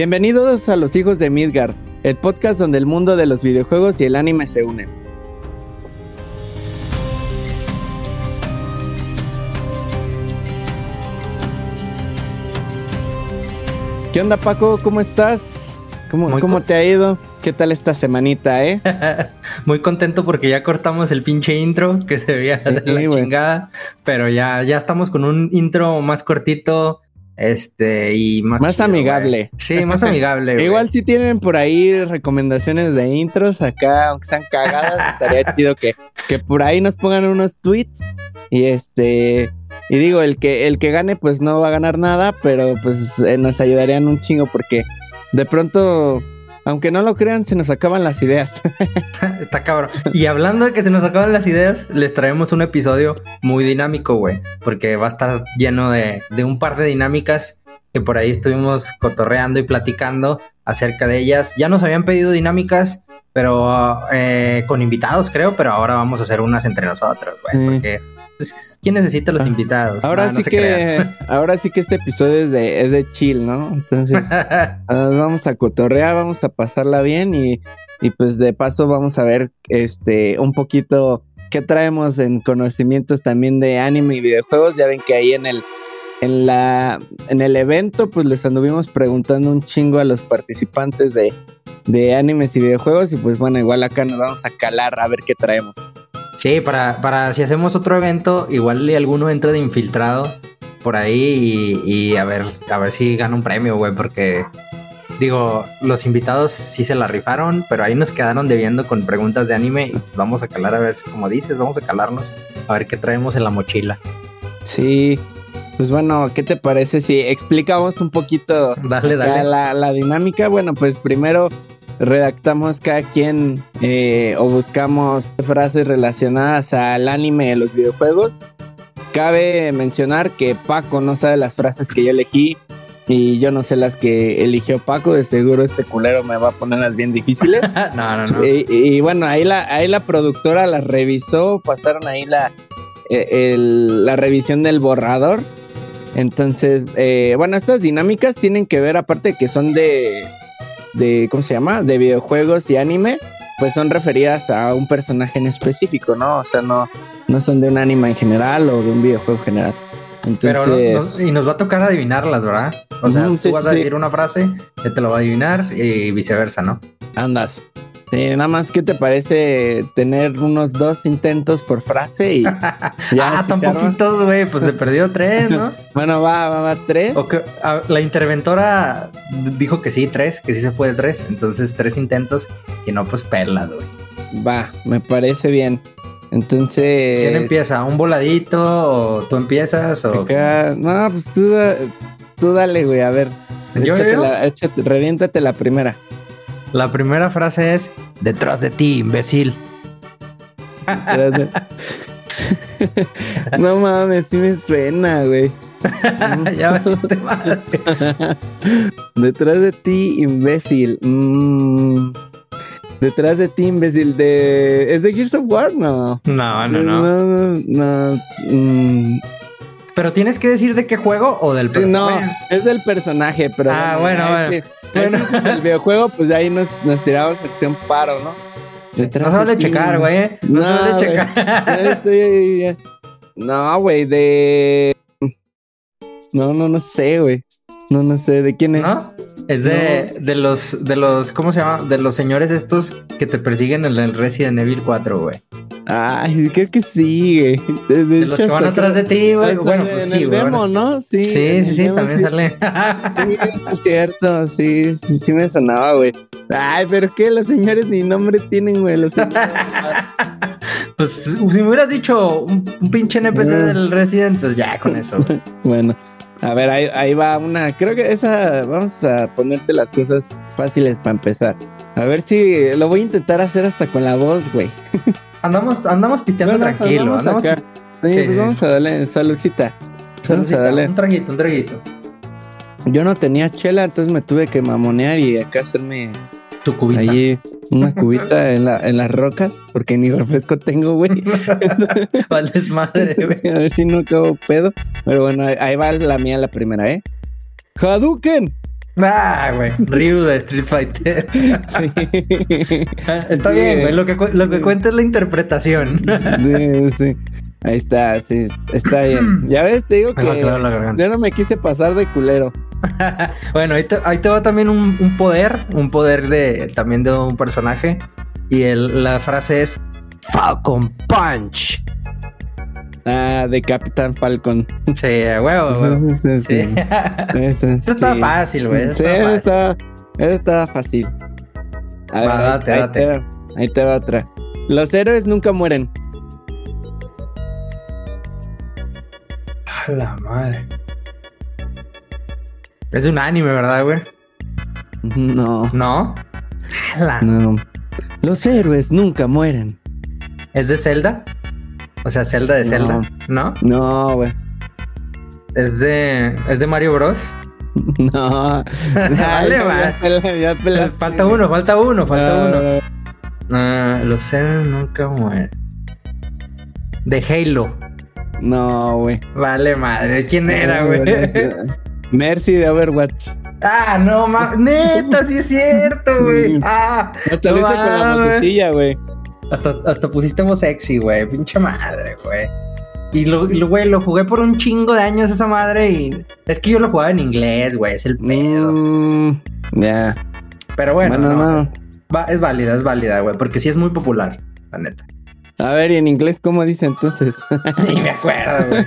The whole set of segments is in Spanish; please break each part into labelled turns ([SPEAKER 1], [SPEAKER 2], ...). [SPEAKER 1] Bienvenidos a Los Hijos de Midgard, el podcast donde el mundo de los videojuegos y el anime se unen. ¿Qué onda Paco? ¿Cómo estás? ¿Cómo,
[SPEAKER 2] Muy
[SPEAKER 1] cómo
[SPEAKER 2] co-
[SPEAKER 1] te ha ido? ¿Qué tal esta semanita, eh?
[SPEAKER 2] Muy contento porque ya cortamos el pinche intro que se veía de
[SPEAKER 1] Sí,
[SPEAKER 2] la
[SPEAKER 1] güey.
[SPEAKER 2] chingada, pero ya, ya estamos con un intro más cortito, este y más,
[SPEAKER 1] Más amigable.
[SPEAKER 2] güey. Sí, más amigable. güey.
[SPEAKER 1] Igual si tienen por ahí recomendaciones de intros acá, aunque sean cagadas, estaría chido que, que por ahí nos pongan unos tweets. Y este, y digo, el que, el que gane, pues no va a ganar nada, pero pues eh, nos ayudarían un chingo porque de pronto, aunque no lo crean, se nos acaban las ideas.
[SPEAKER 2] está cabrón. Y hablando de que se nos acaban las ideas, les traemos un episodio muy dinámico, güey, porque va a estar lleno de, de un par de dinámicas que por ahí estuvimos cotorreando y platicando acerca de ellas. Ya nos habían pedido dinámicas, pero eh, con invitados, creo, pero ahora vamos a hacer unas entre nosotros, güey,
[SPEAKER 1] Sí.
[SPEAKER 2] porque pues, ¿quién necesita los
[SPEAKER 1] Ah.
[SPEAKER 2] invitados?
[SPEAKER 1] Ahora
[SPEAKER 2] No, no
[SPEAKER 1] sí
[SPEAKER 2] se
[SPEAKER 1] que,
[SPEAKER 2] crean.
[SPEAKER 1] ahora sí que este episodio es de, es de chill, ¿no? Entonces, Ah, vamos a cotorrear, vamos a pasarla bien y, y, pues de paso vamos a ver este un poquito qué traemos en conocimientos también de anime y videojuegos. Ya ven que ahí en el en la en el evento pues les anduvimos preguntando un chingo a los participantes de de animes y videojuegos y pues bueno, igual acá nos vamos a calar a ver qué traemos.
[SPEAKER 2] Sí, para, para si hacemos otro evento, igual y alguno entra de infiltrado por ahí y, y a ver, a ver si gana un premio, güey, porque digo, los invitados sí se la rifaron, pero ahí nos quedaron debiendo con preguntas de anime y vamos a calar a ver, como dices, vamos a calarnos a ver qué traemos en la mochila.
[SPEAKER 1] Sí. Pues bueno, ¿qué te parece si explicamos un poquito
[SPEAKER 2] Dale,
[SPEAKER 1] Ya
[SPEAKER 2] dale.
[SPEAKER 1] La, la dinámica, bueno, pues primero redactamos cada quien eh, o buscamos frases relacionadas al anime de los videojuegos. Cabe mencionar que Paco no sabe las frases que yo elegí y yo no sé las que eligió Paco. De seguro este culero me va a poner las bien difíciles.
[SPEAKER 2] Ah, No, no, no.
[SPEAKER 1] Y, y bueno, ahí la, ahí la productora las revisó, pasaron ahí la, eh, el- la revisión del borrador. Entonces, eh, bueno, estas dinámicas tienen que ver, aparte de que son de, de, ¿cómo se llama? De videojuegos y anime, pues son referidas a un personaje en específico, ¿no? O sea, no, no son de un anime en general o de un videojuego en general.
[SPEAKER 2] Pero
[SPEAKER 1] Entonces,
[SPEAKER 2] no- no- y nos va a tocar adivinarlas, ¿verdad? O sea,
[SPEAKER 1] Ujú, sí,
[SPEAKER 2] tú vas a
[SPEAKER 1] sí.
[SPEAKER 2] decir una frase, yo te la voy a adivinar y viceversa, ¿no?
[SPEAKER 1] andas. Sí, nada más, ¿qué te parece tener unos dos intentos por frase y ya
[SPEAKER 2] ah,
[SPEAKER 1] si
[SPEAKER 2] tan
[SPEAKER 1] se arma?
[SPEAKER 2] poquitos, güey, pues te perdió tres, ¿no?
[SPEAKER 1] Bueno, va, va, va, tres.
[SPEAKER 2] O que- a- la interventora d- dijo que sí, tres, que sí se puede tres. Entonces, tres intentos y no, pues perlas, güey.
[SPEAKER 1] Va, me parece bien. Entonces.
[SPEAKER 2] ¿Quién empieza? ¿Un voladito? ¿O tú empiezas? O...
[SPEAKER 1] acá- No, pues tú, da- tú dale, güey, a ver.
[SPEAKER 2] Yo,
[SPEAKER 1] échate
[SPEAKER 2] yo.
[SPEAKER 1] la- échate- reviéntate la primera.
[SPEAKER 2] La primera frase es: Detrás de ti, imbécil.
[SPEAKER 1] no mames, sí me suena, güey.
[SPEAKER 2] Ah, ya viste, madre.
[SPEAKER 1] Detrás de ti, imbécil. Mm. Detrás de ti, imbécil. De... ¿Es de Gears of War? No.
[SPEAKER 2] No, no, no.
[SPEAKER 1] No, no. no, mm.
[SPEAKER 2] Pero tienes que decir de qué juego o del
[SPEAKER 1] Sí, no,
[SPEAKER 2] personaje.
[SPEAKER 1] es del personaje, pero.
[SPEAKER 2] Ah, bueno, bueno.
[SPEAKER 1] bueno.
[SPEAKER 2] Bueno.
[SPEAKER 1] el videoguego, pues de ahí nos, nos tiramos acción paro, ¿no?
[SPEAKER 2] No
[SPEAKER 1] Detrás
[SPEAKER 2] se vale
[SPEAKER 1] de ti.
[SPEAKER 2] checar, güey. eh. No, se
[SPEAKER 1] No,
[SPEAKER 2] vale
[SPEAKER 1] güey. Ya
[SPEAKER 2] checar.
[SPEAKER 1] estoy- No, güey, de. No, no, no sé, güey. No, no sé, ¿de quién es?
[SPEAKER 2] ¿No? Es de, de los, de los, ¿cómo se llama? De los señores estos que te persiguen en el Resident Evil 4, güey.
[SPEAKER 1] Ay, creo que sí, güey. De, de
[SPEAKER 2] De
[SPEAKER 1] hecho,
[SPEAKER 2] los que van
[SPEAKER 1] hasta
[SPEAKER 2] atrás de ti,
[SPEAKER 1] creo-
[SPEAKER 2] güey.
[SPEAKER 1] hasta
[SPEAKER 2] Bueno,
[SPEAKER 1] en
[SPEAKER 2] pues
[SPEAKER 1] el
[SPEAKER 2] sí, güey.
[SPEAKER 1] demo,
[SPEAKER 2] ahora-
[SPEAKER 1] ¿no? Sí, en
[SPEAKER 2] Sí, sí,
[SPEAKER 1] el
[SPEAKER 2] sí,
[SPEAKER 1] demo
[SPEAKER 2] también
[SPEAKER 1] sí.
[SPEAKER 2] sale.
[SPEAKER 1] Sí, es cierto, sí, sí, sí me sonaba, güey. Ay, pero que los señores ni nombre tienen, güey. Los señores.
[SPEAKER 2] pues si me hubieras dicho un, un pinche NPC
[SPEAKER 1] Mm.
[SPEAKER 2] del Resident, pues ya con eso. güey.
[SPEAKER 1] Bueno, a ver, ahí, ahí va una. Creo que esa. Vamos a ponerte las cosas fáciles para empezar. A ver si lo voy a intentar hacer hasta con la voz, güey.
[SPEAKER 2] Andamos, andamos pisteando
[SPEAKER 1] No, no,
[SPEAKER 2] tranquilo.
[SPEAKER 1] vamos
[SPEAKER 2] andamos
[SPEAKER 1] acá. Sí,
[SPEAKER 2] Sí,
[SPEAKER 1] pues
[SPEAKER 2] sí.
[SPEAKER 1] vamos a darle saludcita. Vamos a
[SPEAKER 2] Saludcita,
[SPEAKER 1] darle.
[SPEAKER 2] un traguito, un traguito.
[SPEAKER 1] Yo no tenía chela, entonces me tuve que mamonear y acá hacerme
[SPEAKER 2] Tu cubita.
[SPEAKER 1] allí una cubita en, la, en las rocas, porque ni refresco tengo, güey.
[SPEAKER 2] Vales madre, güey.
[SPEAKER 1] a ver si no acabo pedo. Pero bueno, ahí- ahí va la mía la primera, ¿eh? ¡Hadouken!
[SPEAKER 2] Ah, güey. Ryu de Street Fighter.
[SPEAKER 1] Sí.
[SPEAKER 2] Está
[SPEAKER 1] Sí.
[SPEAKER 2] bien, güey. Lo que, cu- lo que cuenta es la interpretación.
[SPEAKER 1] Sí, sí. Ahí está, sí, está bien. Ya ves, te digo que
[SPEAKER 2] Me va a clavar la garganta.
[SPEAKER 1] yo no me quise pasar de culero.
[SPEAKER 2] bueno, ahí te, ahí te va también un, un poder, un poder de también de un personaje. Y el- la frase es Falcon Punch.
[SPEAKER 1] Ah, de Capitán Falcon.
[SPEAKER 2] Sí, a huevo, güey.
[SPEAKER 1] Sí, sí,
[SPEAKER 2] Oh, Sí.
[SPEAKER 1] sí. Ese,
[SPEAKER 2] Eso está
[SPEAKER 1] sí.
[SPEAKER 2] fácil, güey. Eso
[SPEAKER 1] Sí,
[SPEAKER 2] está
[SPEAKER 1] eso
[SPEAKER 2] fácil.
[SPEAKER 1] está, eso está fácil. A
[SPEAKER 2] Va,
[SPEAKER 1] ver, ahí-
[SPEAKER 2] date,
[SPEAKER 1] ahí,
[SPEAKER 2] date.
[SPEAKER 1] Te va, ahí te va otra. Los héroes nunca mueren.
[SPEAKER 2] A la madre. Es un anime, ¿verdad, güey?
[SPEAKER 1] No,
[SPEAKER 2] ¿No? A la-
[SPEAKER 1] no. Los héroes nunca mueren.
[SPEAKER 2] ¿Es de Zelda? O sea, Zelda de
[SPEAKER 1] No.
[SPEAKER 2] Zelda. ¿No?
[SPEAKER 1] No, güey.
[SPEAKER 2] ¿Es de, ¿es de Mario Bros?
[SPEAKER 1] No.
[SPEAKER 2] Dale,
[SPEAKER 1] Ya-
[SPEAKER 2] va.
[SPEAKER 1] ya te la- ya te la-
[SPEAKER 2] Falta uno, falta uno, falta uno.
[SPEAKER 1] No,
[SPEAKER 2] Ah, los héroes nunca mueren. De Halo.
[SPEAKER 1] No, güey.
[SPEAKER 2] Vale, madre. ¿Quién era, güey?
[SPEAKER 1] Mercy de Overwatch.
[SPEAKER 2] ah, no, ma... Neta, sí es cierto, güey. Ah,
[SPEAKER 1] Hasta
[SPEAKER 2] no
[SPEAKER 1] lo hice con la
[SPEAKER 2] mames.
[SPEAKER 1] vocecilla, güey.
[SPEAKER 2] Hasta, hasta pusiste voz sexy, güey. Pinche madre, güey. Y lo, y lo- güey, lo jugué por un chingo de años esa madre y... Es que yo lo jugaba en inglés, güey. Es el pedo.
[SPEAKER 1] Mm, Ya.
[SPEAKER 2] Pero bueno,
[SPEAKER 1] Bueno,
[SPEAKER 2] no.
[SPEAKER 1] no.
[SPEAKER 2] Va- es válida, es válida, güey. Porque sí es muy popular, la neta.
[SPEAKER 1] A ver, ¿y en inglés cómo dice entonces?
[SPEAKER 2] Ni me acuerdo, güey.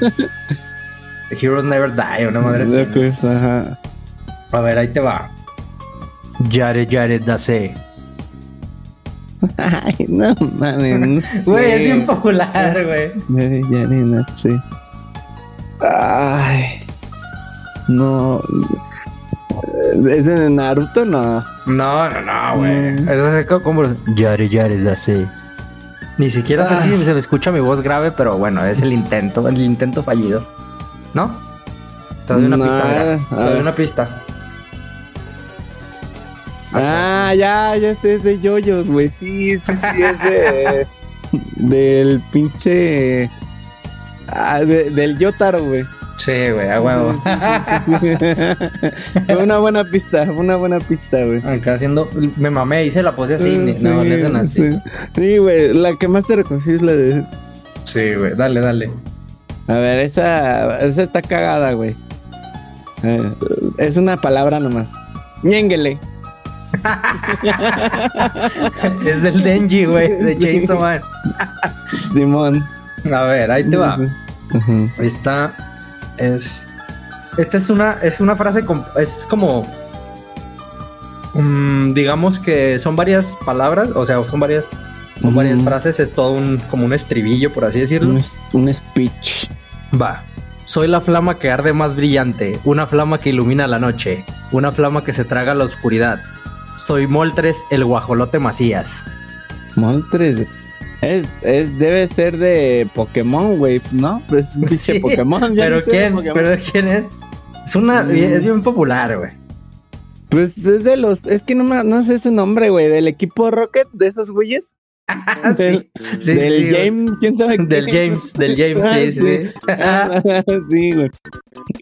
[SPEAKER 2] The Heroes Never Die, una madre así.
[SPEAKER 1] Locos, ajá.
[SPEAKER 2] A ver, ahí te va. Yare Yare Dase.
[SPEAKER 1] Ay, no mames. no sé.
[SPEAKER 2] Güey, es bien popular, güey.
[SPEAKER 1] Eh, ya, nena, sí. Ay. No. ¿Es de Naruto? No.
[SPEAKER 2] No, no, no, güey.
[SPEAKER 1] Mm.
[SPEAKER 2] Eso se co- como Yare Yare Dase. Ni siquiera sé si se me escucha mi voz grave, pero bueno, es el intento, el intento fallido. ¿No? Te doy una
[SPEAKER 1] No,
[SPEAKER 2] pista, mira.
[SPEAKER 1] a
[SPEAKER 2] Te doy
[SPEAKER 1] ver.
[SPEAKER 2] una pista.
[SPEAKER 1] Ah, ya, ya sé, es de yoyos, güey. Sí, sí, sí, es de. del pinche. Ah, de- del Yotaro, güey.
[SPEAKER 2] Sí, güey, a huevo.
[SPEAKER 1] Sí, sí, sí. Fue una buena pista, fue una buena pista, güey.
[SPEAKER 2] Acá haciendo. Me mamé, hice la pose así. ni- no, le hacen así.
[SPEAKER 1] Eh, sí. Sí, güey, la que más te reconocí es la de.
[SPEAKER 2] Sí, güey, dale, dale.
[SPEAKER 1] A ver, esa, esa está cagada, güey. Eh, es una palabra nomás. Ñénguele.
[SPEAKER 2] Es el Denji, güey, de
[SPEAKER 1] Sí.
[SPEAKER 2] Chainsaw Man.
[SPEAKER 1] Simón.
[SPEAKER 2] A ver, ahí te va.
[SPEAKER 1] Ujú.
[SPEAKER 2] Esta es. Esta es una, es una frase. com- es como. mm, digamos que son varias palabras, o sea, son varias. Son varias
[SPEAKER 1] Ujú.
[SPEAKER 2] frases, es todo un, como un estribillo, por así decirlo.
[SPEAKER 1] Un, es- un speech.
[SPEAKER 2] Va. Soy la flama que arde más brillante, una flama que ilumina la noche, una flama que se traga la oscuridad. Soy Moltres, el guajolote Macías.
[SPEAKER 1] Moltres. Es, es, debe ser de Pokémon, güey, ¿no? Es un
[SPEAKER 2] Sí,
[SPEAKER 1] pinche Pokémon. ya
[SPEAKER 2] Pero
[SPEAKER 1] ni sé de
[SPEAKER 2] quién,
[SPEAKER 1] Pokémon.
[SPEAKER 2] pero quién es. Es una,
[SPEAKER 1] Mm.
[SPEAKER 2] es bien popular, güey.
[SPEAKER 1] Pues es de los, es que no, me- no sé su nombre, güey, del equipo Rocket, de esos güeyes.
[SPEAKER 2] Ah, sí. Sí,
[SPEAKER 1] del
[SPEAKER 2] sí, güey.
[SPEAKER 1] James, quién sabe
[SPEAKER 2] Del
[SPEAKER 1] quién?
[SPEAKER 2] James, del James,
[SPEAKER 1] Ah,
[SPEAKER 2] sí, sí, sí.
[SPEAKER 1] sí, güey.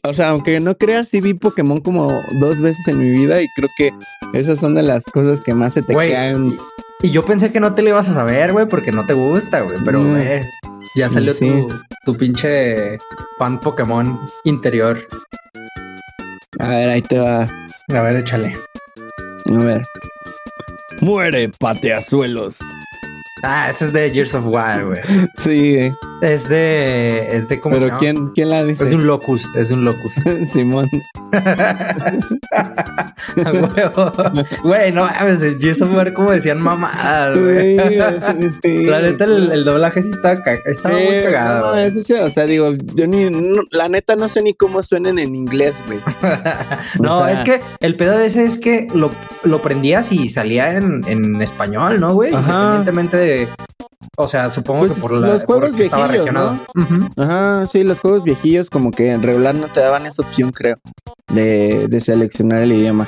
[SPEAKER 1] O sea, aunque no creas, sí vi Pokémon como dos veces en mi vida y creo que esas son de las cosas que más se te
[SPEAKER 2] Güey,
[SPEAKER 1] quedan.
[SPEAKER 2] Y yo pensé que no te lo ibas a saber, güey, porque no te gusta, güey. Pero,
[SPEAKER 1] Mm.
[SPEAKER 2] güey, ya salió
[SPEAKER 1] Sí.
[SPEAKER 2] tu, tu pinche fan Pokémon interior.
[SPEAKER 1] A ver, ahí te va.
[SPEAKER 2] A ver, échale.
[SPEAKER 1] A ver. Muere, pateazuelos.
[SPEAKER 2] Ah, ese es de Years of War, güey.
[SPEAKER 1] Sí, güey.
[SPEAKER 2] Es de. Es de cómo se
[SPEAKER 1] Pero
[SPEAKER 2] llama?
[SPEAKER 1] ¿quién, ¿quién la dice?
[SPEAKER 2] Es de un locust, es de un locust.
[SPEAKER 1] Simón.
[SPEAKER 2] A huevo. Güey, no mames, en Gears of War como decían mamadas, güey.
[SPEAKER 1] Sí, güey, sí.
[SPEAKER 2] La neta, el, el doblaje sí estaba, ca- estaba muy
[SPEAKER 1] Sí,
[SPEAKER 2] cagado.
[SPEAKER 1] no,
[SPEAKER 2] güey.
[SPEAKER 1] eso sí, o sea, digo, yo ni, no, la neta no sé ni cómo suenan en inglés, güey. O
[SPEAKER 2] No,
[SPEAKER 1] sea,
[SPEAKER 2] es que el pedo de ese es que lo, lo prendías y salía en, en español, ¿no, güey?
[SPEAKER 1] Ajá.
[SPEAKER 2] Independientemente de. O sea, supongo
[SPEAKER 1] Pues,
[SPEAKER 2] que por la,
[SPEAKER 1] los juegos
[SPEAKER 2] porque estaba
[SPEAKER 1] viejillos,
[SPEAKER 2] regionado. Ujú.
[SPEAKER 1] Ajá, sí, los juegos viejillos como que en regular no te daban esa opción, creo, de, de seleccionar el idioma.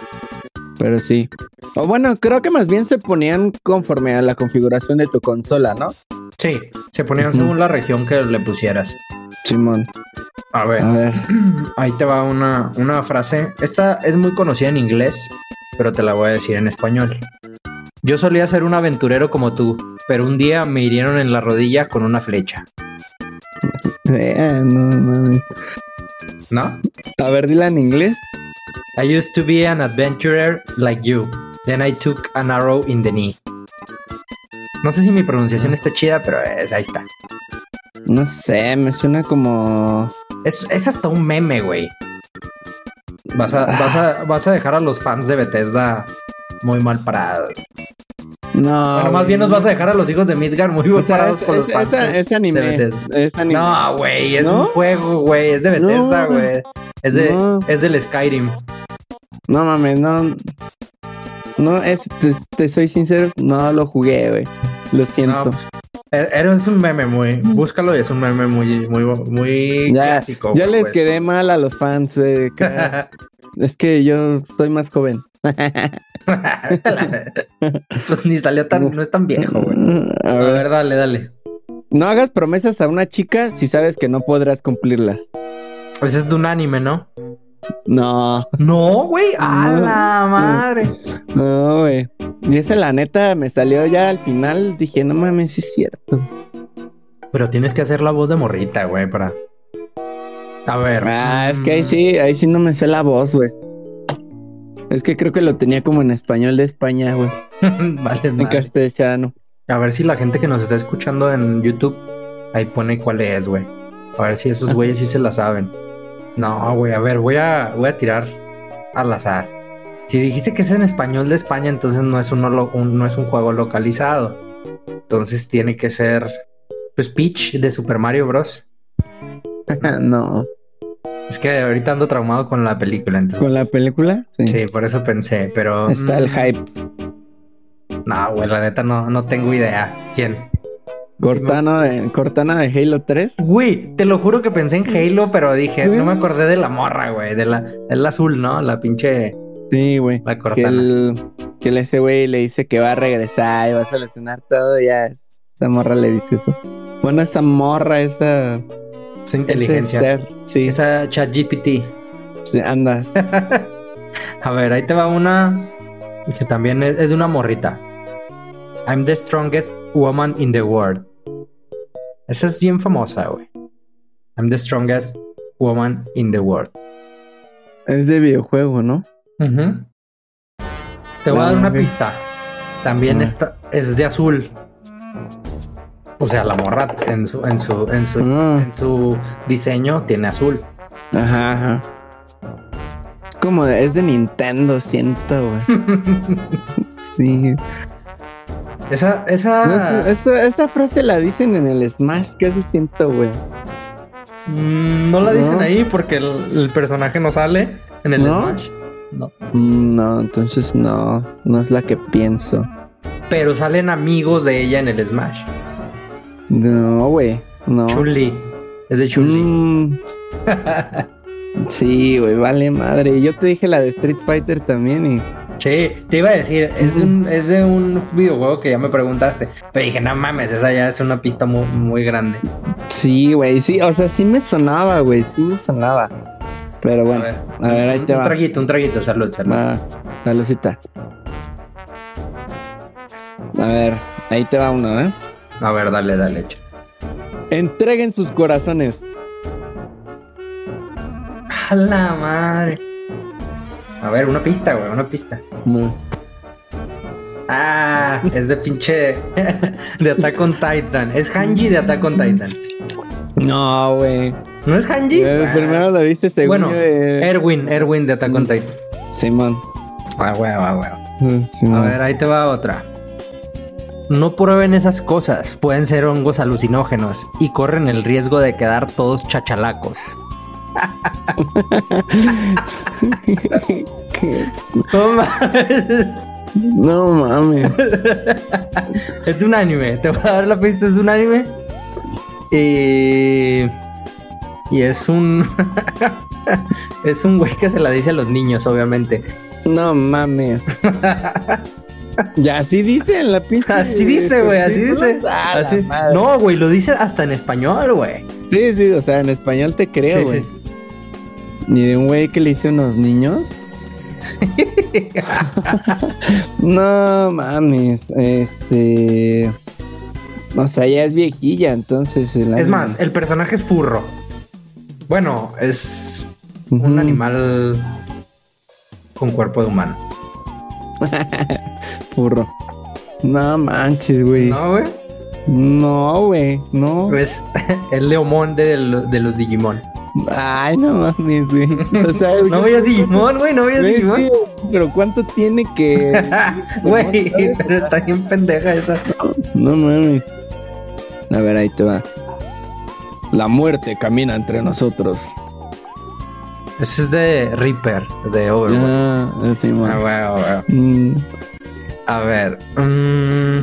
[SPEAKER 1] Pero sí. O bueno, creo que más bien se ponían conforme a la configuración de tu consola, ¿no?
[SPEAKER 2] Sí, se ponían
[SPEAKER 1] Ujú.
[SPEAKER 2] según la región que le pusieras.
[SPEAKER 1] Simón.
[SPEAKER 2] A ver.
[SPEAKER 1] A ver, Ah.
[SPEAKER 2] Ahí te va una, una frase. Esta es muy conocida en inglés, pero te la voy a decir en español. Yo solía ser un aventurero como tú, pero un día me hirieron en la rodilla con una flecha.
[SPEAKER 1] eh, no mames.
[SPEAKER 2] ¿No?
[SPEAKER 1] A ver, dila en inglés.
[SPEAKER 2] I used to be an adventurer like you. Then I took an arrow in the knee. No sé si mi pronunciación está chida, pero es- ahí está.
[SPEAKER 1] No sé, me suena como.
[SPEAKER 2] Es, es hasta un meme, güey. Vas a, vas, a, vas a dejar a los fans de Bethesda muy mal parados.
[SPEAKER 1] No.
[SPEAKER 2] Bueno, más bien nos vas a dejar a los hijos de Midgar muy
[SPEAKER 1] O
[SPEAKER 2] mal
[SPEAKER 1] sea,
[SPEAKER 2] parados
[SPEAKER 1] es,
[SPEAKER 2] con los
[SPEAKER 1] es-
[SPEAKER 2] fans.
[SPEAKER 1] esa-
[SPEAKER 2] de-
[SPEAKER 1] ese anime.
[SPEAKER 2] de Bethesda.
[SPEAKER 1] ese anime.
[SPEAKER 2] No, güey, es
[SPEAKER 1] ¿No?
[SPEAKER 2] un juego, güey. Es de
[SPEAKER 1] No.
[SPEAKER 2] Bethesda, güey. Es, de,
[SPEAKER 1] No.
[SPEAKER 2] es del Skyrim.
[SPEAKER 1] No mames, no. No, es, te, te soy sincero, no lo jugué, güey. Lo
[SPEAKER 2] No,
[SPEAKER 1] siento.
[SPEAKER 2] pues, er- er- es un meme muy. Búscalo y es un meme muy, muy, muy
[SPEAKER 1] Ya,
[SPEAKER 2] clásico.
[SPEAKER 1] ya
[SPEAKER 2] güey,
[SPEAKER 1] les
[SPEAKER 2] pues.
[SPEAKER 1] quedé mal a los fans. eh, que- es que yo soy más joven.
[SPEAKER 2] pues ni salió tan. No es tan viejo, güey.
[SPEAKER 1] A
[SPEAKER 2] A
[SPEAKER 1] ver.
[SPEAKER 2] ver, dale, dale.
[SPEAKER 1] No hagas promesas a una chica si sabes que no podrás cumplirlas.
[SPEAKER 2] Pues es de un anime, ¿no?
[SPEAKER 1] No,
[SPEAKER 2] No, güey. A
[SPEAKER 1] No.
[SPEAKER 2] la madre.
[SPEAKER 1] no, güey. Y esa la neta me salió ya al final. Dije, no mames, sí es cierto.
[SPEAKER 2] Pero tienes que hacer la voz de morrita, güey, para. A ver.
[SPEAKER 1] Ah, es que ahí
[SPEAKER 2] mm,
[SPEAKER 1] sí, ahí sí no me sé la voz, güey. Es que creo que lo tenía como en español de España, güey.
[SPEAKER 2] vale,
[SPEAKER 1] En
[SPEAKER 2] madre.
[SPEAKER 1] castellano.
[SPEAKER 2] A ver si la gente que nos está escuchando en YouTube ahí pone cuál es, güey. A ver si esos güeyes sí se la saben. No, güey, a ver, voy a, voy a tirar al azar. Si dijiste que es en español de España, entonces no es, uno lo- un, no es un juego localizado. Entonces tiene que ser, pues, Peach de Super Mario Bros.
[SPEAKER 1] no.
[SPEAKER 2] Es que ahorita ando traumado con la película, entonces.
[SPEAKER 1] ¿Con la película? Sí.
[SPEAKER 2] Sí, por eso pensé, pero...
[SPEAKER 1] Está el
[SPEAKER 2] mm,
[SPEAKER 1] hype.
[SPEAKER 2] No, güey, la neta no, no tengo idea. ¿Quién?
[SPEAKER 1] Cortana de, Cortana de Halo 3.
[SPEAKER 2] Güey, te lo juro que pensé en Halo, pero dije,
[SPEAKER 1] ¿Sí?
[SPEAKER 2] no me acordé de la morra, güey, de la, del azul, ¿no? La pinche,
[SPEAKER 1] Sí, güey.
[SPEAKER 2] la
[SPEAKER 1] Que,
[SPEAKER 2] cortana.
[SPEAKER 1] el, que el- ese güey le dice que va a regresar y va a solucionar todo. Ya, esa morra le dice eso. Bueno, esa morra, esa.
[SPEAKER 2] Esa
[SPEAKER 1] Ese
[SPEAKER 2] inteligencia.
[SPEAKER 1] ser. Sí,
[SPEAKER 2] Esa chat GPT.
[SPEAKER 1] sí, andas.
[SPEAKER 2] A ver, ahí te va una que también es, es de una morrita. I'm the strongest woman in the world. Esa es bien famosa, güey. I'm the strongest woman in the world.
[SPEAKER 1] Es de videojuego, ¿no?
[SPEAKER 2] Ujú. Te voy a dar
[SPEAKER 1] Ah,
[SPEAKER 2] una
[SPEAKER 1] ok.
[SPEAKER 2] pista. También
[SPEAKER 1] Ah.
[SPEAKER 2] esta es de azul. O sea, la morra en su, en su, en su,
[SPEAKER 1] Ah.
[SPEAKER 2] en su diseño tiene azul.
[SPEAKER 1] Ajá, ajá. Es como, de- es de Nintendo, siento, güey. Sí.
[SPEAKER 2] esa,
[SPEAKER 1] No,
[SPEAKER 2] esa.
[SPEAKER 1] es- esa, esa frase la dicen en el Smash, casi siento, güey.
[SPEAKER 2] Mm, no la dicen
[SPEAKER 1] No.
[SPEAKER 2] ahí porque el, el personaje no sale en el
[SPEAKER 1] ¿No?
[SPEAKER 2] Smash. No.
[SPEAKER 1] Mm, No, entonces no, no es la que pienso.
[SPEAKER 2] Pero salen amigos de ella en el Smash.
[SPEAKER 1] No, güey, no.
[SPEAKER 2] Chuli. Es de Chuli.
[SPEAKER 1] Mm, sí, güey, vale madre. Yo te dije la de Street Fighter también y...
[SPEAKER 2] Sí, te iba a decir, es, de
[SPEAKER 1] Ujú.
[SPEAKER 2] un, es de un videojuego que ya me preguntaste. Pero dije, no mames, esa ya es una pista muy, muy grande.
[SPEAKER 1] Sí, güey, sí, o sea, sí me sonaba, güey, sí me sonaba. Pero bueno, a ver, ahí
[SPEAKER 2] un,
[SPEAKER 1] te
[SPEAKER 2] un
[SPEAKER 1] va.
[SPEAKER 2] traguito, un traguito, salud, salud.
[SPEAKER 1] Va, la lucita. A ver, ahí te va uno, ¿eh?
[SPEAKER 2] A ver, dale, dale. echa.
[SPEAKER 1] Entreguen sus corazones.
[SPEAKER 2] A la madre. A ver, una pista, güey, una pista.
[SPEAKER 1] No.
[SPEAKER 2] Ah, es de pinche. de Attack on Titan. Es Hanji de Attack on Titan.
[SPEAKER 1] No, güey.
[SPEAKER 2] ¿No es Hanji?
[SPEAKER 1] Eh,
[SPEAKER 2] Ah,
[SPEAKER 1] Primero lo viste, según
[SPEAKER 2] Bueno,
[SPEAKER 1] yo, eh,
[SPEAKER 2] Erwin, Erwin de Attack on Titan.
[SPEAKER 1] Simón.
[SPEAKER 2] Ah, güey, ah, güey.
[SPEAKER 1] Eh,
[SPEAKER 2] A
[SPEAKER 1] Simón.
[SPEAKER 2] ver, ahí te va otra. No prueben esas cosas, pueden ser hongos alucinógenos y corren el riesgo de quedar todos chachalacos.
[SPEAKER 1] ¿Qué?
[SPEAKER 2] No mames.
[SPEAKER 1] no mames.
[SPEAKER 2] es un anime, te voy a dar la pista, es un anime. Y, y es un... es un güey que se la dice a los niños, obviamente.
[SPEAKER 1] No mames. Y así dice en la pinche.
[SPEAKER 2] Así dice, güey, así dice.
[SPEAKER 1] Ah, la
[SPEAKER 2] Así-
[SPEAKER 1] madre.
[SPEAKER 2] No, güey, lo dice hasta en español, güey.
[SPEAKER 1] Sí, sí, o sea, en español te creo, güey.
[SPEAKER 2] Sí, sí.
[SPEAKER 1] Ni de un güey que le hice unos niños. no mames, este. O sea, ya es viejilla, entonces. el
[SPEAKER 2] Es
[SPEAKER 1] anime-
[SPEAKER 2] más, el personaje es furro. Bueno, es un
[SPEAKER 1] Ujú.
[SPEAKER 2] animal con cuerpo de humano.
[SPEAKER 1] Furro. No manches, güey.
[SPEAKER 2] ¿No, güey?
[SPEAKER 1] No, güey. No.
[SPEAKER 2] Es el Leomón de, lo- de los Digimon.
[SPEAKER 1] Ay, no mames, güey. O sea,
[SPEAKER 2] ¿No veías Digimon, güey? ¿No veías
[SPEAKER 1] Güey, sí,
[SPEAKER 2] Digimon? Ah,
[SPEAKER 1] pero ¿cuánto tiene que.
[SPEAKER 2] Güey,
[SPEAKER 1] ¿Sabes?
[SPEAKER 2] pero está bien pendeja esa.
[SPEAKER 1] No mames. A ver, ahí te va. La muerte camina entre nosotros.
[SPEAKER 2] Ese es de Reaper, de Overwatch.
[SPEAKER 1] Ah, sí,
[SPEAKER 2] Ah,
[SPEAKER 1] man.
[SPEAKER 2] güey, güey.
[SPEAKER 1] Mm,
[SPEAKER 2] A ver. mm.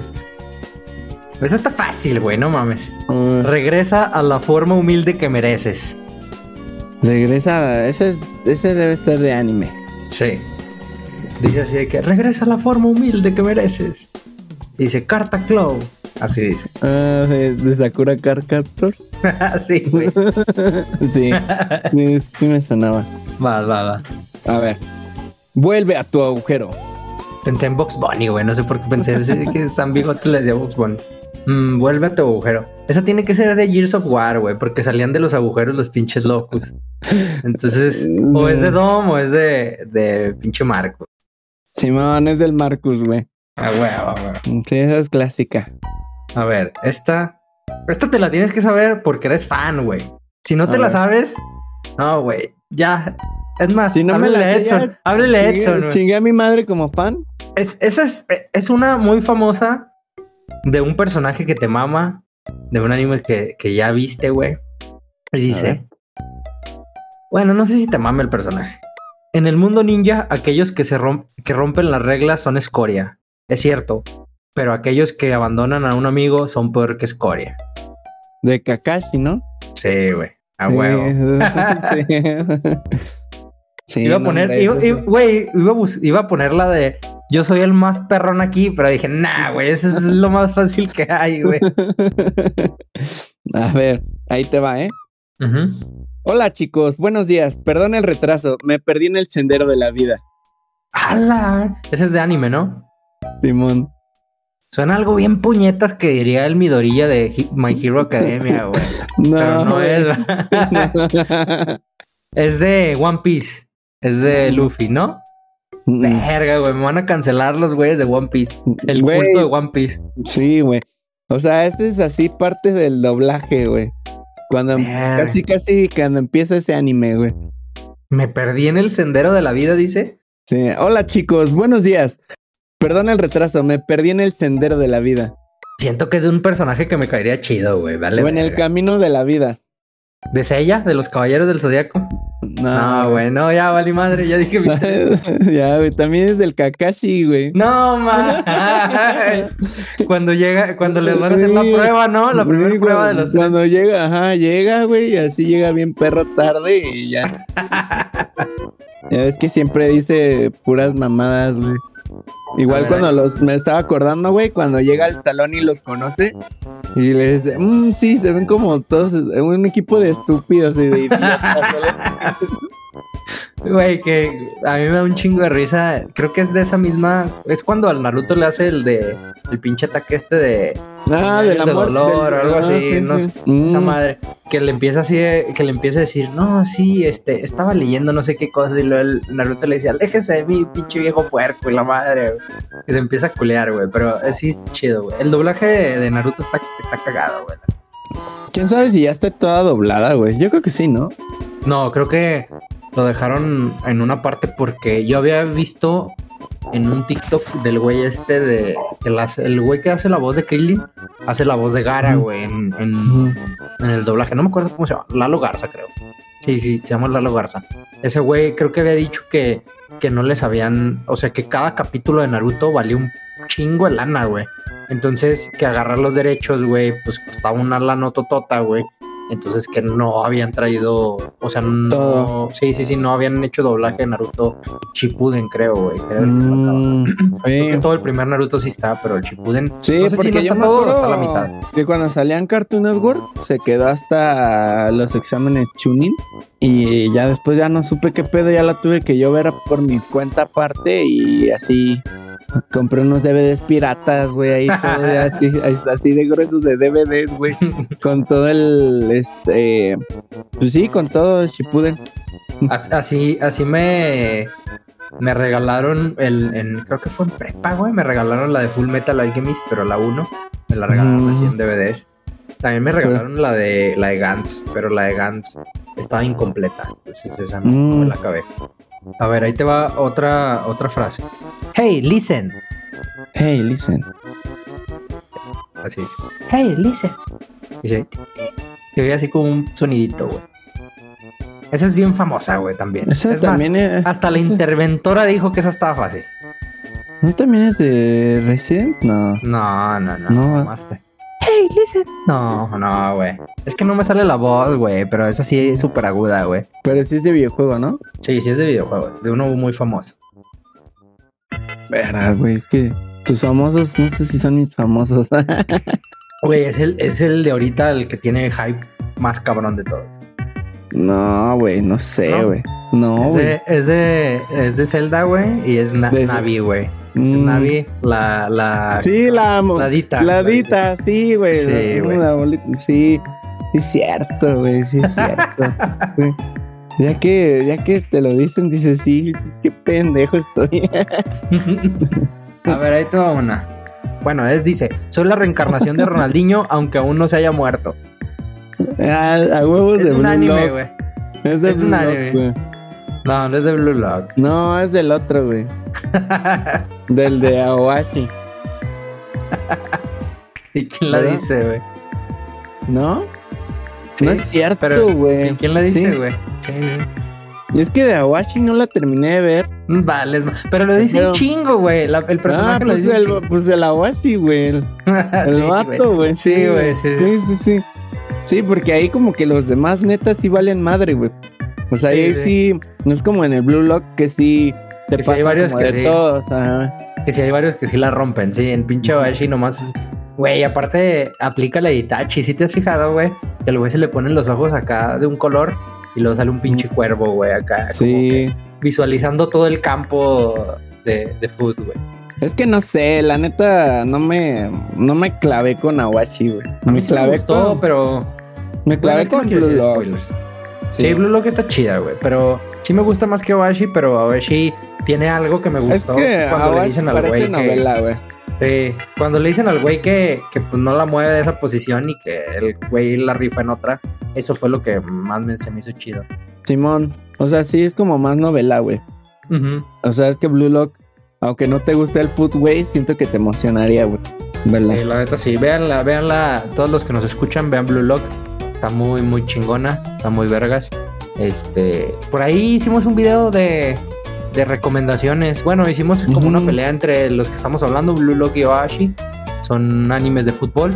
[SPEAKER 2] Esa está fácil, güey, no mames.
[SPEAKER 1] ah,
[SPEAKER 2] Regresa a la forma humilde que mereces.
[SPEAKER 1] regresa. Ese, es, ese debe estar de anime.
[SPEAKER 2] Sí. Dice así de que regresa a la forma humilde que mereces. Dice Carta Claw. Así dice.
[SPEAKER 1] Ah, de, de Sakura Card Captor.
[SPEAKER 2] Ah, sí, güey.
[SPEAKER 1] sí, sí, sí me sonaba.
[SPEAKER 2] Va, va, va.
[SPEAKER 1] A ver. Vuelve a tu agujero.
[SPEAKER 2] Pensé en Box Bunny, güey. No sé por qué pensé así que San Bigote le decía Box Bunny. Mm, vuelve a tu agujero. Esa tiene que ser de Gears of War, güey, porque salían de los agujeros los pinches locos. Entonces, o es de Dom o es de, de pinche Marco.
[SPEAKER 1] Simón es del Marcus, güey.
[SPEAKER 2] Ah, güey, ah, güey.
[SPEAKER 1] Sí, esa es clásica.
[SPEAKER 2] A ver, esta. Esta te la tienes que saber porque eres fan, güey. Si no te
[SPEAKER 1] A
[SPEAKER 2] la
[SPEAKER 1] ver.
[SPEAKER 2] sabes, no, güey. Ya. Es más,
[SPEAKER 1] Si no me la
[SPEAKER 2] háblele
[SPEAKER 1] sé,
[SPEAKER 2] a
[SPEAKER 1] ya
[SPEAKER 2] Edson. Háblele a
[SPEAKER 1] Chingué-
[SPEAKER 2] Edson, güey.
[SPEAKER 1] Chingué a mi madre como fan.
[SPEAKER 2] Es, esa es, es una muy famosa de un personaje que te mama, de un anime que, que ya viste, güey. Y
[SPEAKER 1] ver.
[SPEAKER 2] dice: Bueno, no sé si te mame el personaje. En el mundo ninja, aquellos que, se rom- que rompen las reglas son escoria. Es cierto. Pero aquellos que abandonan a un amigo son peor que escoria.
[SPEAKER 1] De Kakashi, ¿no?
[SPEAKER 2] Sí, güey. A
[SPEAKER 1] Sí,
[SPEAKER 2] huevo.
[SPEAKER 1] sí. Sí,
[SPEAKER 2] iba a
[SPEAKER 1] no,
[SPEAKER 2] poner,
[SPEAKER 1] hombre,
[SPEAKER 2] iba-
[SPEAKER 1] eso sí.
[SPEAKER 2] iba- güey, iba, a bus- iba a poner la de yo soy el más perrón aquí, pero dije, nah, güey, eso es lo más fácil que hay, güey.
[SPEAKER 1] A ver, ahí te va, ¿eh?
[SPEAKER 2] Ujú.
[SPEAKER 1] Hola chicos, buenos días. Perdón el retraso, me perdí en el sendero de la vida.
[SPEAKER 2] ¡Hala! Ese es de anime, ¿no?
[SPEAKER 1] Simón.
[SPEAKER 2] Suena algo bien puñetas que diría el Midorilla de He- My Hero Academia, güey.
[SPEAKER 1] No,
[SPEAKER 2] Pero no
[SPEAKER 1] güey.
[SPEAKER 2] es, ¿verdad? Es de One Piece. Es de Luffy, ¿no? Verga, güey. Me van a cancelar los güeyes de One Piece. El
[SPEAKER 1] Güey,
[SPEAKER 2] culto de One Piece.
[SPEAKER 1] Sí, güey. O sea, este es así parte del doblaje, güey. Cuando em,
[SPEAKER 2] Verga.
[SPEAKER 1] casi, casi cuando empieza ese anime, güey.
[SPEAKER 2] Me perdí en el sendero de la vida, dice.
[SPEAKER 1] Sí. Hola chicos, buenos días. Perdón el retraso, me perdí en el sendero de la vida.
[SPEAKER 2] Siento que es de un personaje que me caería chido, güey. Vale.
[SPEAKER 1] o en el
[SPEAKER 2] verga.
[SPEAKER 1] camino de la vida.
[SPEAKER 2] ¿De Sella? ¿De los Caballeros del Zodíaco?
[SPEAKER 1] No,
[SPEAKER 2] No, güey. No, ya, vale madre. Ya dije. mi-
[SPEAKER 1] ya, güey, también es del Kakashi, güey.
[SPEAKER 2] No, man. cuando llega, cuando les van a hacer la
[SPEAKER 1] Sí.
[SPEAKER 2] prueba, ¿no? La primera
[SPEAKER 1] Sí,
[SPEAKER 2] prueba de
[SPEAKER 1] cuando-
[SPEAKER 2] los tres.
[SPEAKER 1] Cuando llega, ajá, llega, güey, y así llega bien perro tarde y ya. ya ves que siempre dice puras mamadas, güey. Igual
[SPEAKER 2] A ver,
[SPEAKER 1] cuando
[SPEAKER 2] ahí.
[SPEAKER 1] los me estaba acordando, güey, cuando llega al salón y los conoce y le dice, "Mm, sí, se ven como todos eh, un equipo de estúpidos y de idiotas", ¿vale?
[SPEAKER 2] Güey, que a mí me da un chingo de risa. Creo que es de esa misma. Es cuando al Naruto le hace el de. El pinche ataque este de.
[SPEAKER 1] Ah, de la
[SPEAKER 2] de
[SPEAKER 1] muerte,
[SPEAKER 2] dolor o algo
[SPEAKER 1] ah,
[SPEAKER 2] así,
[SPEAKER 1] sí,
[SPEAKER 2] no
[SPEAKER 1] sí.
[SPEAKER 2] Esa
[SPEAKER 1] Mm,
[SPEAKER 2] madre que le empieza así, de- que le empieza a decir, no, sí, este, estaba leyendo no sé qué cosa y luego el Naruto le dice, aléjese de mí, pinche viejo puerco y la madre, güey. Y se empieza a culear, güey, pero eh, sí está chido, güey. El doblaje de, de Naruto está, está cagado, güey.
[SPEAKER 1] ¿Quién sabe si ya está toda doblada, güey? Yo creo que sí, ¿no?
[SPEAKER 2] No, creo que lo dejaron en una parte porque yo había visto en un TikTok del güey este de, que la hace- el güey que hace la voz de Krillin, hace la voz de Gara,
[SPEAKER 1] Ujú.
[SPEAKER 2] güey, en- en, en el doblaje. No me acuerdo cómo se llama. Lalo Garza, creo. Sí, sí, se llama Lalo Garza. Ese güey creo que había dicho que, que no les habían... O sea, que cada capítulo de Naruto valía un chingo de lana, güey. Entonces, que agarrar los derechos, güey, pues costaba una lana totota, güey. Entonces, que no habían traído... O sea, no...
[SPEAKER 1] Todo.
[SPEAKER 2] Sí, sí, sí, no habían hecho doblaje de Naruto Shippuden, creo, güey. Creo que faltaba.
[SPEAKER 1] Mm,
[SPEAKER 2] Creo que todo el primer Naruto sí está, pero el Shippuden.
[SPEAKER 1] Sí,
[SPEAKER 2] no sé
[SPEAKER 1] porque
[SPEAKER 2] si no
[SPEAKER 1] yo
[SPEAKER 2] está
[SPEAKER 1] me
[SPEAKER 2] todo o está
[SPEAKER 1] acuerdo
[SPEAKER 2] la mitad.
[SPEAKER 1] que cuando salían Cartoon Network se quedó hasta los exámenes tuning y ya después ya no supe qué pedo, ya la tuve que yo ver por mi cuenta aparte y así compré unos DVDs piratas, güey, ahí todo de así, así de gruesos de DVDs, güey, con todo el, este, pues sí, con todo Shippuden.
[SPEAKER 2] As- Así, así me, me regalaron el, en- creo que fue en prepa, güey. Me regalaron la de Full Metal Alchemist, pero la 1. Me la regalaron
[SPEAKER 1] Mm.
[SPEAKER 2] así en DVDs. También me regalaron la de la de Gantz, pero la de Gantz estaba incompleta. Entonces esa no, no
[SPEAKER 1] Mm.
[SPEAKER 2] la acabé. A ver, ahí te va otra, otra frase. Hey, listen.
[SPEAKER 1] Hey, listen.
[SPEAKER 2] Así dice. Hey, listen. Y se, se oye así como un sonidito, güey. Esa es bien famosa, güey, también.
[SPEAKER 1] Esa
[SPEAKER 2] es más, ah,
[SPEAKER 1] también es,
[SPEAKER 2] Hasta la
[SPEAKER 1] esa-
[SPEAKER 2] interventora dijo que esa estaba fácil.
[SPEAKER 1] ¿No también es de Resident? No.
[SPEAKER 2] No, no, no.
[SPEAKER 1] No.
[SPEAKER 2] nomás te- Hey, listen. No, no, güey. Es que no me sale la voz, güey. Pero esa sí es súper aguda, güey.
[SPEAKER 1] Pero sí es de videojuego, ¿no?
[SPEAKER 2] Sí, sí es de videojuego. De uno muy famoso.
[SPEAKER 1] Verás, güey, es que tus famosos, no sé si son mis famosos.
[SPEAKER 2] Güey, es el, es el de ahorita el que tiene el hype más cabrón de todos.
[SPEAKER 1] no, güey, no sé,
[SPEAKER 2] ¿No?
[SPEAKER 1] güey. No,
[SPEAKER 2] es,
[SPEAKER 1] güey.
[SPEAKER 2] de, es, de, es de Zelda, güey. Y es Na-
[SPEAKER 1] De-
[SPEAKER 2] Navi, güey. Es
[SPEAKER 1] Mm.
[SPEAKER 2] Navi, la, la.
[SPEAKER 1] Sí, la amo.
[SPEAKER 2] La Dita.
[SPEAKER 1] La Dita, sí, güey.
[SPEAKER 2] Sí,
[SPEAKER 1] No,
[SPEAKER 2] güey.
[SPEAKER 1] la bolita- Sí, sí es cierto, güey, sí es cierto. Sí. Ya que, ya que te lo dicen, dices, sí, qué pendejo estoy.
[SPEAKER 2] A ver, ahí te va una. Bueno, es, dice, soy la reencarnación de Ronaldinho, aunque aún no se haya muerto.
[SPEAKER 1] a, Ah, a huevos
[SPEAKER 2] Es
[SPEAKER 1] de
[SPEAKER 2] un
[SPEAKER 1] Blue
[SPEAKER 2] anime,
[SPEAKER 1] Lock.
[SPEAKER 2] güey.
[SPEAKER 1] Es de
[SPEAKER 2] Es un
[SPEAKER 1] Blue Lock,
[SPEAKER 2] anime.
[SPEAKER 1] güey.
[SPEAKER 2] No, no es de Blue Lock.
[SPEAKER 1] No, es del otro, güey. Del de Aoashi,
[SPEAKER 2] ¿Y quién la
[SPEAKER 1] ¿Verdad?
[SPEAKER 2] dice, güey?
[SPEAKER 1] ¿no?
[SPEAKER 2] Sí,
[SPEAKER 1] no es cierto,
[SPEAKER 2] pero-
[SPEAKER 1] güey.
[SPEAKER 2] ¿Y quién la
[SPEAKER 1] Sí.
[SPEAKER 2] dice, güey? Sí, sí.
[SPEAKER 1] Y es que de Awashi no la terminé de ver.
[SPEAKER 2] Vale, es Mm, ma- pero lo dice
[SPEAKER 1] Pero-
[SPEAKER 2] un chingo, güey. La- El
[SPEAKER 1] Ah,
[SPEAKER 2] personaje lo
[SPEAKER 1] pues
[SPEAKER 2] dice. un
[SPEAKER 1] el,
[SPEAKER 2] chingo.
[SPEAKER 1] pues el Awashi, güey. El, el
[SPEAKER 2] Sí,
[SPEAKER 1] vato, güey.
[SPEAKER 2] Sí, güey, sí,
[SPEAKER 1] Sí, sí, sí. Sí, porque ahí como que los demás netas sí valen madre, güey. O sea,
[SPEAKER 2] Sí,
[SPEAKER 1] ahí
[SPEAKER 2] sí.
[SPEAKER 1] sí. no es como en el Blue Lock que sí te
[SPEAKER 2] Que sí
[SPEAKER 1] pasa
[SPEAKER 2] hay varios
[SPEAKER 1] como
[SPEAKER 2] que
[SPEAKER 1] de
[SPEAKER 2] sí.
[SPEAKER 1] todos. Ajá.
[SPEAKER 2] Que sí hay varios que sí la rompen, sí. En pinche Bashi nomás es... Güey, aparte aplica la de Itachi. Si te has fijado, güey, que al güey se le ponen los ojos acá de un color y luego sale un pinche cuervo, güey, acá. como que
[SPEAKER 1] Sí.
[SPEAKER 2] visualizando todo el campo de, de food, güey.
[SPEAKER 1] Es que no sé, la neta no me no me clavé con Awashi, güey.
[SPEAKER 2] A mí
[SPEAKER 1] me
[SPEAKER 2] sí me
[SPEAKER 1] clavé
[SPEAKER 2] gustó,
[SPEAKER 1] con,
[SPEAKER 2] pero...
[SPEAKER 1] me
[SPEAKER 2] Bueno,
[SPEAKER 1] clavé
[SPEAKER 2] es que no
[SPEAKER 1] con
[SPEAKER 2] quiero
[SPEAKER 1] Blue
[SPEAKER 2] decir
[SPEAKER 1] Lock.
[SPEAKER 2] spoilers. Sí. Blue Lock está chida, güey. Pero sí me gusta más que Oashi, pero Oashi tiene algo que me
[SPEAKER 1] Es
[SPEAKER 2] gustó.
[SPEAKER 1] que
[SPEAKER 2] cuando le
[SPEAKER 1] Awashi
[SPEAKER 2] dicen al
[SPEAKER 1] parece
[SPEAKER 2] güey que,
[SPEAKER 1] novela, güey.
[SPEAKER 2] Sí, cuando le dicen al güey que, que, pues, no la mueve de esa posición y que el güey la rifa en otra, eso fue lo que más me, se me hizo chido.
[SPEAKER 1] Simón. O sea, sí es como más novela, güey.
[SPEAKER 2] Ujú.
[SPEAKER 1] O sea, es que Blue Lock, aunque no te guste el food, güey, siento que te emocionaría, güey. ¿Verdad?
[SPEAKER 2] Sí, la neta sí, véanla, véanla, todos los que nos escuchan, vean Blue Lock, está muy, muy chingona, está muy vergas. Este, por ahí hicimos un video de, de recomendaciones. Bueno, hicimos como
[SPEAKER 1] Ujú.
[SPEAKER 2] una pelea entre los que estamos hablando, Blue Lock y Oashi. Son animes de fútbol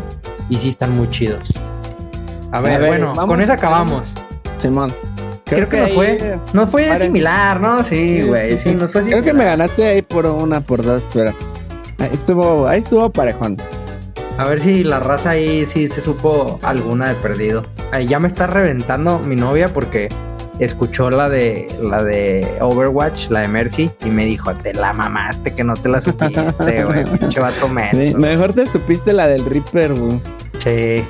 [SPEAKER 2] y sí están muy chidos. A ver,
[SPEAKER 1] ver,
[SPEAKER 2] bueno,
[SPEAKER 1] vamos-
[SPEAKER 2] con eso acabamos.
[SPEAKER 1] Simón.
[SPEAKER 2] Creo, que, no
[SPEAKER 1] ahí-
[SPEAKER 2] fue. No fue
[SPEAKER 1] Paren.
[SPEAKER 2] similar, ¿no? Sí,
[SPEAKER 1] Sí,
[SPEAKER 2] güey.
[SPEAKER 1] sí,
[SPEAKER 2] Sí,
[SPEAKER 1] sí.
[SPEAKER 2] no fue
[SPEAKER 1] Creo que me
[SPEAKER 2] similar.
[SPEAKER 1] ganaste ahí por una, por dos, pero. Ahí estuvo, ahí estuvo parejón.
[SPEAKER 2] A ver si la raza ahí sí se supo alguna de perdido. Ay, ya me está reventando mi novia porque escuchó la de la de Overwatch, la de Mercy, y me dijo, te la mamaste que no te la supiste, güey. Pinche vato menso".
[SPEAKER 1] Sí, mejor te supiste la del Reaper, güey.
[SPEAKER 2] Sí.